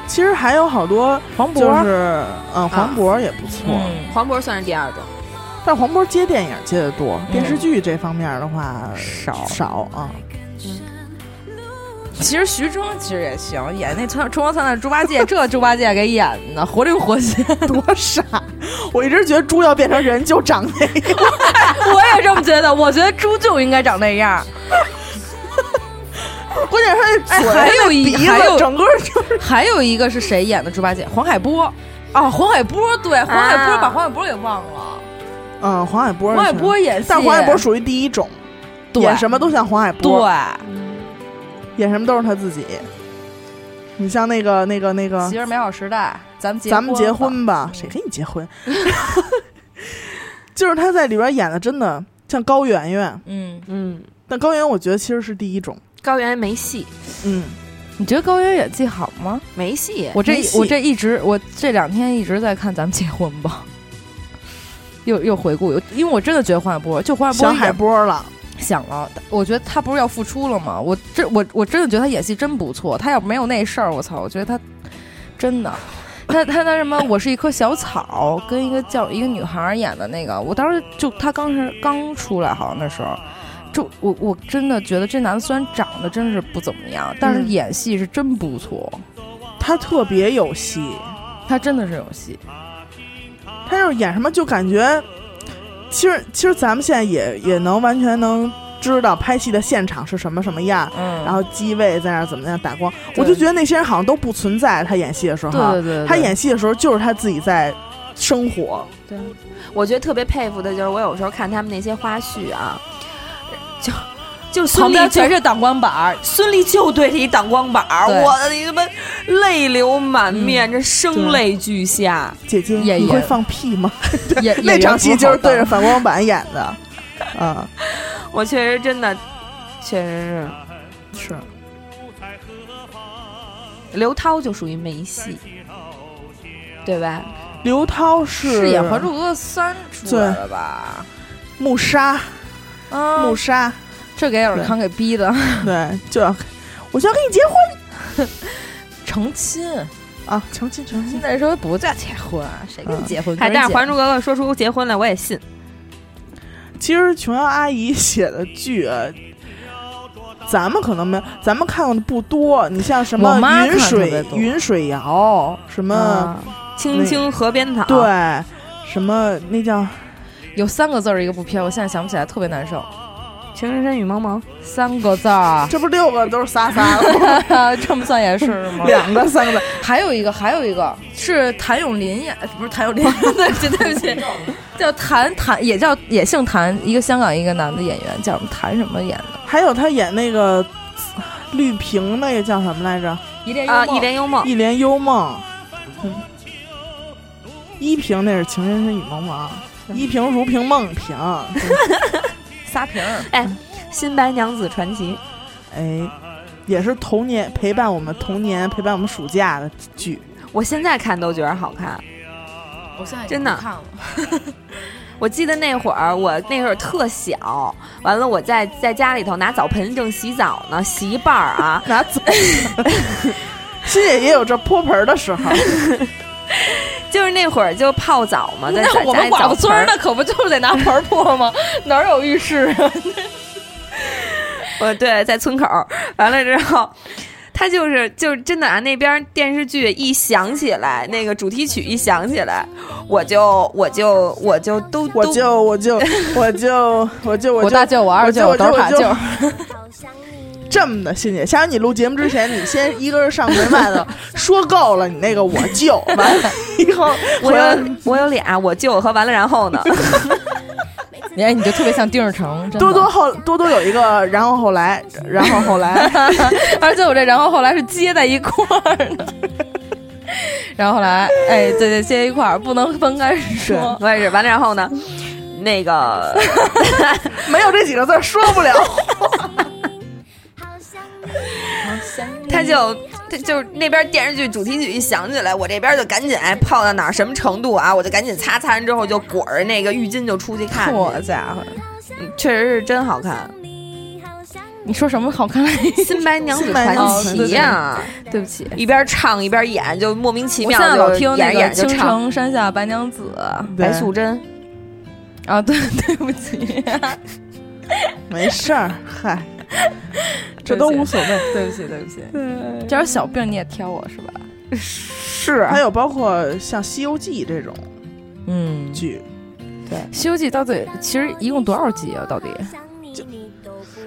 S4: 其实还有好多
S5: 黄渤啊
S4: 就是嗯，黄渤也不错，
S5: 嗯
S1: 黄渤算是第二种，
S4: 但黄渤接电影接的多，
S5: 嗯
S4: 电视剧这方面的话
S1: 少
S4: 少 啊。
S5: 其实徐峥其实也行，演那《春春光灿烂的猪八戒》，这猪八戒给演的活灵活现。
S4: 多傻！我一直觉得猪要变成人就长那 样，
S5: 我也这么觉得，我觉得猪就应该长那样。
S4: 关键是他那嘴、
S5: 哎还有一
S4: 哎鼻
S5: 还
S4: 子，
S5: 有
S4: 整个就
S5: 还有一个是谁演的猪八戒？黄海波。啊，黄海波对，黄海波
S1: 啊
S5: 把黄海波给忘了。
S4: 嗯，黄海波是，
S5: 黄海波演戏，
S4: 但黄海波属于第一种，
S5: 对
S4: 演什么都像黄海
S5: 对
S4: 波，演什么都是他自己。你像那个那个那个，
S5: 媳妇儿美好时代，咱们结
S4: 咱们结
S5: 吧
S4: 婚吧，谁跟你结婚？ 就是他在里边演的真的像高圆圆，
S5: 嗯，
S1: 嗯，
S4: 但高圆圆我觉得其实是第一种，
S1: 高圆圆没戏，
S4: 嗯，
S5: 你觉得高圆演技好吗？
S1: 没戏。
S5: 我这
S4: 没戏
S5: 我这一直我这两天一直在看咱们结婚吧， 又又回顾，因为我真的觉得黄海波就黄海波
S4: 小
S5: 一点
S4: 海波了，
S5: 想了，我觉得他不是要复出了吗？我这我我真的觉得他演戏真不错，他要没有那事儿，我操，我觉得他真的。他他那什么，我是一棵小草，跟一个叫一个女孩儿演的那个，我当时就他刚是刚出来，好像那时候，就我我真的觉得这男的虽然长得真是不怎么样，但是
S4: 嗯
S5: 演戏是真不错，
S4: 他特别有戏，
S5: 他真的是有戏。
S4: 他就是演什么就感觉，其实其实咱们现在也也能完全能知道拍戏的现场是什么什么样，
S5: 嗯，
S4: 然后机位在那儿怎么样打光，
S5: 对
S4: 我就觉得那些人好像都不存在，他演戏的时候，
S5: 对对对，对
S4: 他演戏的时候就是他自己在生活。
S1: 对，我觉得特别佩服的就是我有时候看他们那些花絮啊，就就孙
S5: 旁
S1: 俪
S5: 边
S1: 就
S5: 全是挡光板儿，
S1: 孙俪就对着一挡光板儿，
S5: 对
S1: 我的你他妈泪流满面，这声泪俱下。
S4: 姐姐，
S5: 演
S4: 你会
S5: 员
S4: 放屁 吗？
S5: 演
S4: 那场戏就是对 着反光板演 的，啊，
S1: 我确实真的，确实
S4: 是
S1: 是刘涛就属于没戏，对吧？
S4: 刘涛是
S5: 是演《还珠格格三》出来的吧？
S4: 木沙，
S5: 啊
S4: 木，沙，
S5: 这给尔康给逼的，
S4: 对，就要我就要跟你结婚
S5: 成亲
S4: 啊，成亲成亲，
S5: 那时候不叫结婚，谁
S4: 嗯
S5: 跟你结婚？
S1: 还
S5: 跟
S1: 哎
S5: 人
S1: 但是《
S5: 结
S1: 还珠格格》说出结婚来，我也信。
S4: 其实琼瑶阿姨写的剧，啊咱们可能没，咱们看过的不多。你像什
S5: 我
S4: 么
S5: 妈
S4: 云
S5: 看特
S4: 水
S5: 别多
S4: 云水
S5: 哦
S4: 谣，什么、
S1: 啊，
S5: 嗯
S1: 青青河边草，，
S4: 对，什么那叫，
S5: 有三个字儿一个不偏，我现在想不起来，特别难受。
S1: 情深深雨蒙蒙，
S5: 三个字儿
S4: 这不六个都是仨仨的吗
S5: 这么算也是吗？
S4: 两个三个的，
S5: 还有一个，还有一个是谭咏麟演，不是谭咏麟， 对不起，对不起，叫谭谭，也叫也姓谭，一个香港一个男的演员，叫什么谭什么演的？
S4: 还有她演那个绿萍那个叫什么来着？
S5: 一恋
S1: 啊，一帘幽梦，
S4: 一帘幽梦。嗯依萍那是情深深雨蒙蒙，依萍如萍梦萍，
S5: 仨瓶儿，
S1: 新白娘子传奇，
S4: 哎，也是童年陪伴我们童年陪伴我们暑假的剧。，
S1: 我现在看都觉得好看。
S5: 我现在
S1: 真的
S5: 看了，
S1: 我记得那会儿，我那会儿特小，完了我在在家里头拿澡盆正洗澡呢，洗一半儿啊
S4: 拿走。 欣姐也有这泼盆儿的时候，
S1: 就是那会儿就泡澡嘛，在
S5: 那我们寡妇村儿
S1: 的
S5: 那可不就是得拿盆儿泼吗？哪儿有浴室啊？，
S1: 呃 对，在村口儿，完了之后。他就是就是真的啊！那边电视剧一响起来，那个主题曲一响起来，我就我就我就都
S4: 我
S1: 都
S4: 就我就我就我就
S5: 我
S4: 我
S5: 大
S4: 就
S5: 舅，我二舅，
S4: 我就
S5: 都是他
S4: 我就
S5: 舅。
S4: 这么的，欣姐。下回你录节目之前，你先一个人上门外 头说够了，你那个我就完了以后，
S1: 我
S4: 回来
S1: 有我有俩，我舅和完了然后呢，
S5: 你哎看，你就特别像丁世成，真的
S4: 多多。 后多多有一个，然后后来，然后后 来，
S5: 而且我这然后后来是接在一块儿的， 然后后来哎，对对，接一块儿，不能分开说。
S1: 我也是完了然后呢，那个
S4: 没有这几个字儿说不了。
S1: 他就他就是那边电视剧主题曲一响起来，我这边就赶紧哎泡到哪儿什么程度啊，我就赶紧擦擦完之后就裹着那个浴巾就出去看去，
S5: 好家伙，
S1: 嗯确实是真好 看，
S5: 你说什么好 看？
S1: 《新白娘子
S4: 新白
S1: 传
S4: 娘
S5: 子
S1: 奇》呀，
S5: 对不起，
S1: 一边唱一边演，就莫名其
S5: 我
S1: 妙
S5: 现在老
S1: 就
S5: 听那
S1: 演着
S5: 个《
S1: 演着
S5: 青
S1: 就唱。
S5: 城山下白娘子》
S1: 白素贞，
S5: 啊，对， 对不起，
S4: 没事儿， 嗨，这都无所谓。
S5: 对不起，对不起，这点小病你也挑我是吧？
S4: 是，还有包括像《西游记》这种
S5: 嗯，《
S4: 剧，
S5: 西游记》到底其实一共多少集啊？到底？
S4: 《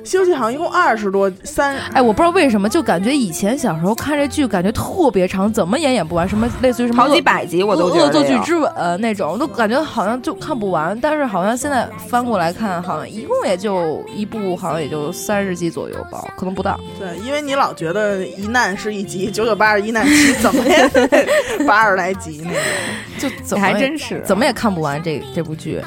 S4: 西游记》好像一共二十多三，
S5: 哎，我不知道为什么，就感觉以前小时候看这剧，感觉特别长，怎么演也不完，什么类似于什么
S1: 好几
S5: 恶
S1: 百集我都觉
S5: 恶
S1: 得
S5: 作剧
S1: 有
S5: 之吻那种，都感觉好像就看不完。但是好像现在翻过来看，好像一共也就一部，好像也就三十集左右吧，可能不到。
S4: 对，因为你老觉得一难是一集，九九八十一难集，怎么也得八十来集那种。
S5: 就怎么
S1: 还
S5: 也
S1: 真是
S5: 怎么也看不完这这部剧。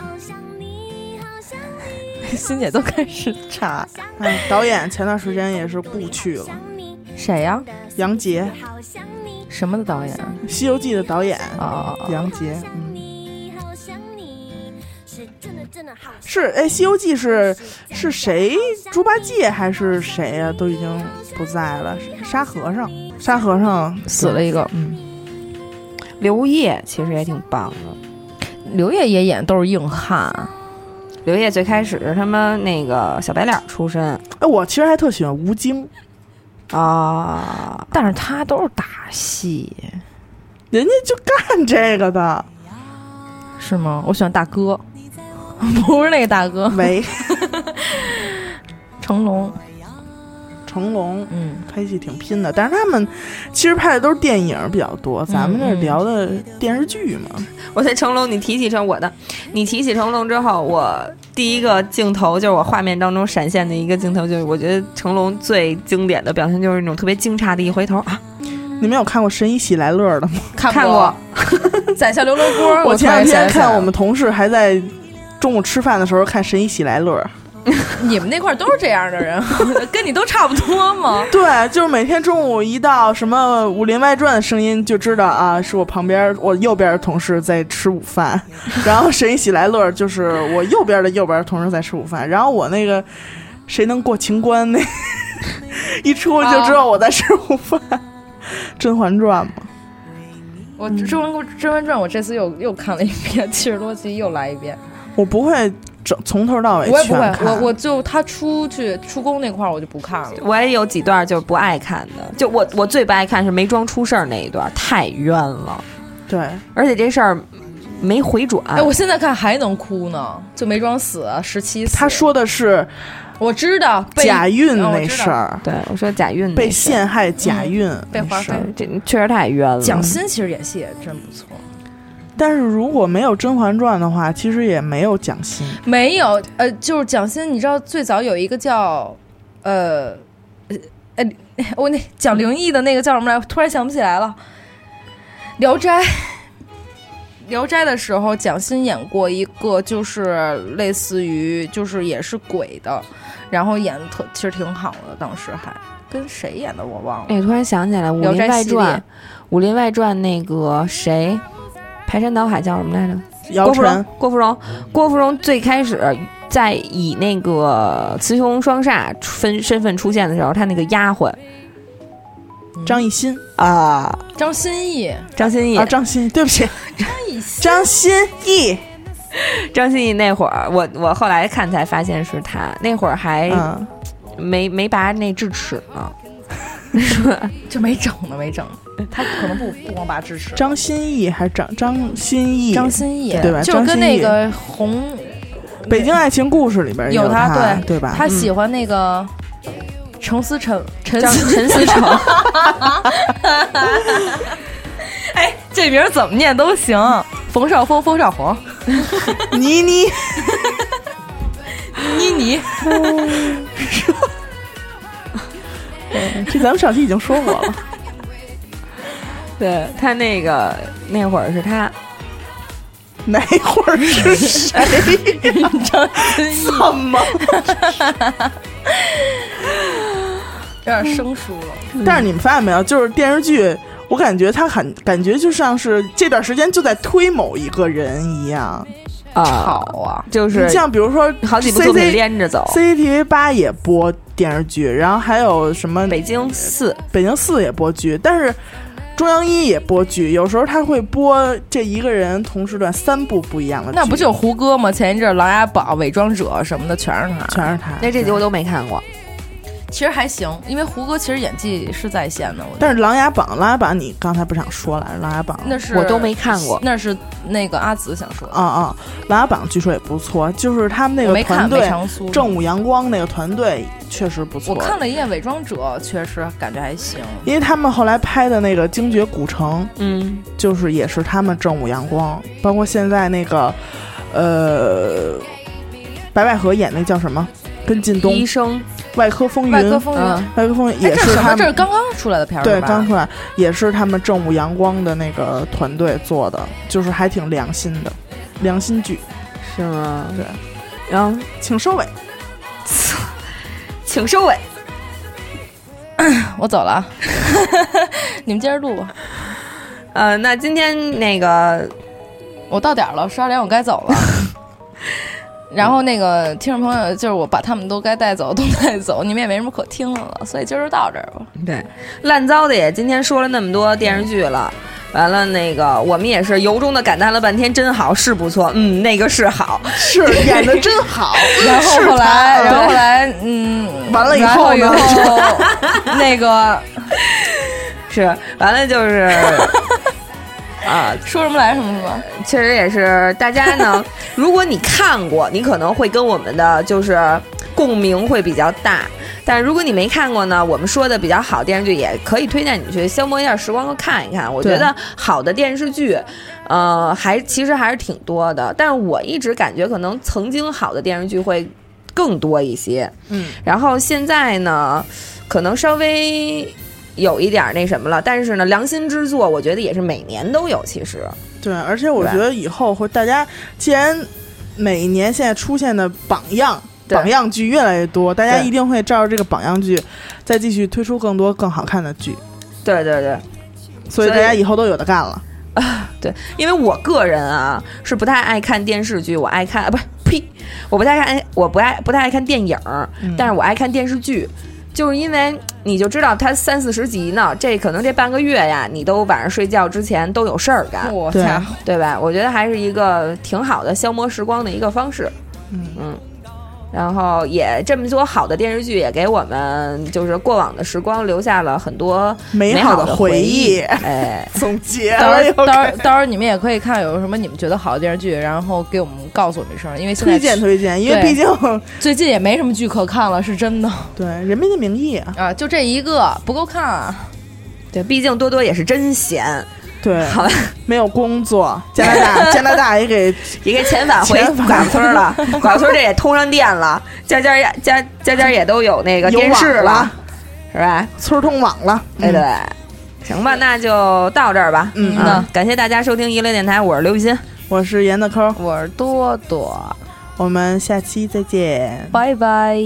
S5: 欣姐都开始查
S4: 哎，导演前段时间也是故去了，
S5: 谁呀、
S4: 杨洁，
S5: 什么的导演啊？
S4: 《西游记》的导演
S5: 哦哦哦，
S4: 杨洁，嗯。是哎，《西游记是》是谁？猪八戒还是谁呀、都已经不在了。沙和尚，沙和尚
S5: 死了一个。
S4: 嗯，
S1: 刘烨其实也挺棒的。
S5: 刘烨也演都是硬汉，
S1: 刘烨最开始是他妈那个小白脸出身
S4: 哎，我其实还特喜欢吴京，
S1: 啊，
S5: 但是他都是打戏，
S4: 人家就干这个的。
S5: 是吗？我喜欢大哥， 不是那个大哥，
S4: 喂，
S5: 成龙。
S4: 成成龙，嗯，拍戏挺拼的。但是他们其实拍的都是电影比较多，咱们这聊的电视剧嘛。
S1: 我对成龙，你提起成我的，你提起成龙之后，我第一个镜头就是我画面当中闪现的一个镜头，就是我觉得成龙最经典的表现就是那种特别惊诧的一回头啊，
S4: 你们有看过《神医喜来乐》的吗？
S1: 看过，
S5: 宰相刘罗锅，
S4: 我
S5: 我
S4: 前两
S5: 突然
S4: 天
S5: 想起来
S4: 看
S5: 了
S4: 我们同事还在中午吃饭的时候看《神医喜来乐》。
S5: 你们那块儿都是这样的人， 跟你都差不多嘛。
S4: 对，就是每天中午一到什么《武林外传》的声音，就知道啊，是我旁边我右边的同事在吃午饭，然后谁喜来乐就是我右边的右边的同事在吃午饭，然后我那个谁能过情关那 一出就知道我在吃午饭，甄嬛传》嘛，
S5: 我《甄嬛甄嬛传》，我这次又又看了一遍，七十多集又来一遍。
S4: 我不会整从头到尾
S5: 我也
S4: 全
S5: 不会，
S4: 看，
S5: 我我就他出去出宫那块儿我就不看了。
S1: 我也有几段就是不爱看的，就我我最不爱看是没装出事儿那一段，太冤了，
S4: 对，
S1: 而且这事儿没回转。
S5: 哎，我现在看还能哭呢，就没装死，啊十七死。
S4: 他说的是
S5: 我知道被
S4: 假孕
S5: 嗯
S4: 那
S5: 我知道嗯
S4: 事儿，
S1: 对我说贾运
S4: 被
S1: 那事儿
S4: 陷害假孕
S5: 被
S4: 那
S5: 花
S4: 事
S5: 费
S4: 儿。
S1: 这确实太冤了。
S5: 蒋欣其实演戏也真不错，
S4: 但是如果没有《甄嬛传》的话，其实也没有蒋欣。
S5: 没有呃，就是蒋欣，你知道最早有一个叫呃呃呃，我那讲灵异的那个叫什么来？突然想不起来了，《聊斋》。《聊斋》的时候，蒋欣演过一个，就是类似于，就是也是鬼的，然后演的特其实挺好的，当时还跟谁演的我忘了。
S1: 哎，突然想起来，《武
S5: 聊
S1: 林
S5: 斋
S1: 外
S5: 系
S1: 传》
S5: 列
S1: 《武林外传》那个谁，排山倒海叫什么来着？
S4: 姚
S1: 郭芙
S4: 晨
S1: 蓉，，郭芙蓉，郭芙蓉最开始在以那个雌雄双煞分身份出现的时候，她那个丫鬟
S4: 张艺兴
S1: 啊，
S5: 张歆艺，
S1: 张歆艺
S4: 啊，，张欣， 对不起，张歆艺，
S1: 张歆艺那会儿，我我后来看才发现是她，那会儿还
S4: 嗯，
S1: 没没拔那智齿呢。
S5: 就没整呢，没整呢。他可能不不光拔智齿。
S4: 张歆艺还是张张歆艺？
S5: 张歆艺
S4: 对吧
S5: 就是
S4: 张歆
S5: 跟
S4: 艺
S5: 那个红
S4: 《北京爱情故事》里边也
S5: 有
S4: 他，
S5: 对
S4: 对吧？
S5: 他喜欢那个程思成，陈
S1: 张
S5: 思
S1: 陈思 诚，
S5: 哎这名儿怎么念都行，冯绍峰、冯绍红、
S4: 倪妮
S5: 妮妮，
S4: 妮，这咱们上期已经说过了。
S1: 对她那个那会儿是她，
S4: 哪会儿是谁？
S5: 张歆艺
S4: 怎么？
S5: 有点生疏了。
S4: 但是你们发现没有，就是电视剧，我感觉他很感觉就像是这段时间就在推某一个人一样。
S1: 啊，
S5: 好啊，
S1: 就是
S4: 你像比如说
S1: 好几部作
S4: CC
S1: 品连着走。
S4: CCTV 八也播电视剧，然后还有什么
S1: 北京四，
S4: 北京四也播剧，但是中央一也播剧，有时候他会播这一个人同时段三部不一样的剧，
S5: 那不就是胡歌吗？前一阵儿《琅琊榜》《伪装者》什么的全是他。
S4: 全是他？
S1: 那这集我都没看过。
S5: 其实还行，因为胡歌其实演技是在线的，我觉得
S4: 但是《琅琊榜》，《琅琊榜》你刚才不想说来着，《琅琊榜》嗯
S5: 那是
S1: 我都没看过
S5: 那是那个阿紫想说的。
S4: 啊啊，《琅琊榜》据说也不错，就是他们那
S5: 我
S4: 个
S5: 没
S4: 团
S5: 看魏
S4: 队
S5: 长苏，
S4: 正午阳光那个团队确实不错。
S5: 我看了一眼《伪装者》，确实感觉还行。
S4: 因为他们后来拍的那个《精绝古城》，
S1: 嗯，
S4: 就是也是他们正午阳光，包括现在那个，呃，白百合演那叫什么，跟靳东
S1: 医生，
S4: 外科风云，
S5: 外科风云，
S1: 嗯
S4: 外科风云也
S5: 哎这
S4: 是
S5: 什么？
S4: 他
S5: 这是
S4: 们
S5: 刚刚出来的片儿
S4: 对
S5: 吧
S4: 刚出来，也是他们正午阳光的那个团队做的，就是还挺良心的，良心剧，
S1: 是吗？
S4: 对，
S1: 然后
S4: 请收尾。
S1: 请收尾。
S5: 我走了，啊， 你们接着录吧。
S1: 呃，那今天那个
S5: 我到点儿了，十二点我该走了。然后那个听众朋友，就是我把他们都该带走都带走，你们也没什么可听的了，所以今儿就到这儿吧。
S1: 对烂糟的也今天说了那么多电视剧了。完了，那个我们也是由衷的感叹了半天，真好，是不错，嗯，那个是好，
S4: 是演 的真好，
S5: 然后后
S4: 是
S5: 来，
S4: 他啊
S5: 然后后来，嗯，
S4: 完了以
S5: 然
S4: 后
S5: 后
S4: 呢
S5: 后 那个
S1: 是完了就是，啊，
S6: 说什么来什么是吧？
S4: 啊
S1: 确实也是，大家呢，如果你看过，你可能会跟我们的就是共鸣会比较大。但如果你没看过呢，我们说的比较好电视剧，也可以推荐你去消磨一下时光，看一看。我觉
S4: 对
S1: 得好的电视剧，呃，还其实还是挺多的。但是我一直感觉，可能曾经好的电视剧会更多一些。
S4: 嗯，
S1: 然后现在呢，可能稍微有一点儿那什么了，但是呢，良心之作，我觉得也是每年都有。其实，
S4: 对，而且我觉得以后会大家，既然每一年现在出现的榜样。
S1: 对
S4: 榜样剧越来越多，大家
S1: 对
S4: 一定会照着这个榜样剧，再继续推出更多更好看的剧，
S1: 对对对，
S4: 所以大家以后都有的干了。
S1: 对，因为我个人啊是不太爱看电视剧，我爱看啊不是呸，我不太爱我不爱不太爱看电影儿，
S4: 嗯
S1: 但是我爱看电视剧，就是因为你就知道它三四十集呢，这可能这半个月呀，你都晚上睡觉之前都有事儿干，
S6: 我
S4: 对
S6: 操！
S1: 对吧？我觉得还是一个挺好的消磨时光的一个方式。
S4: 嗯
S1: 然后也这么多好的电视剧，也给我们就是过往的时光留下了很多
S4: 美
S1: 好
S4: 好的
S1: 回
S4: 回忆
S1: 哎，
S4: 总结
S5: 到
S4: 了
S5: 时
S4: 又
S5: 候到时候到时候你们也可以看有什么你们觉得好的电视剧，然后给我们告诉我们一声，因为现在
S4: 推荐推荐，因为
S5: 对
S4: 毕竟
S5: 最近也没什么剧可看了，是真的
S4: 对《人民的名义》啊，
S5: 啊，就这一个不够看啊。
S1: 对，毕竟多多也是真闲，
S4: 对，
S1: 好吧，
S4: 没有工作，加拿大加拿大也给
S1: 也给遣返回
S4: 遣返
S1: 寡妇村了，寡妇村这也通上电了，家家也家家家也都有那个
S4: 有
S1: 电视
S4: 网了，
S1: 是吧？
S4: 村儿通网了，
S1: 对
S4: 嗯
S1: 对，行吧，那就到这儿吧。
S4: 嗯
S1: 啊，感谢大家收听娱乐电台，我是刘雨欣，
S4: 我是严的抠，
S5: 我是多多，
S4: 我们下期再见。
S5: 拜拜。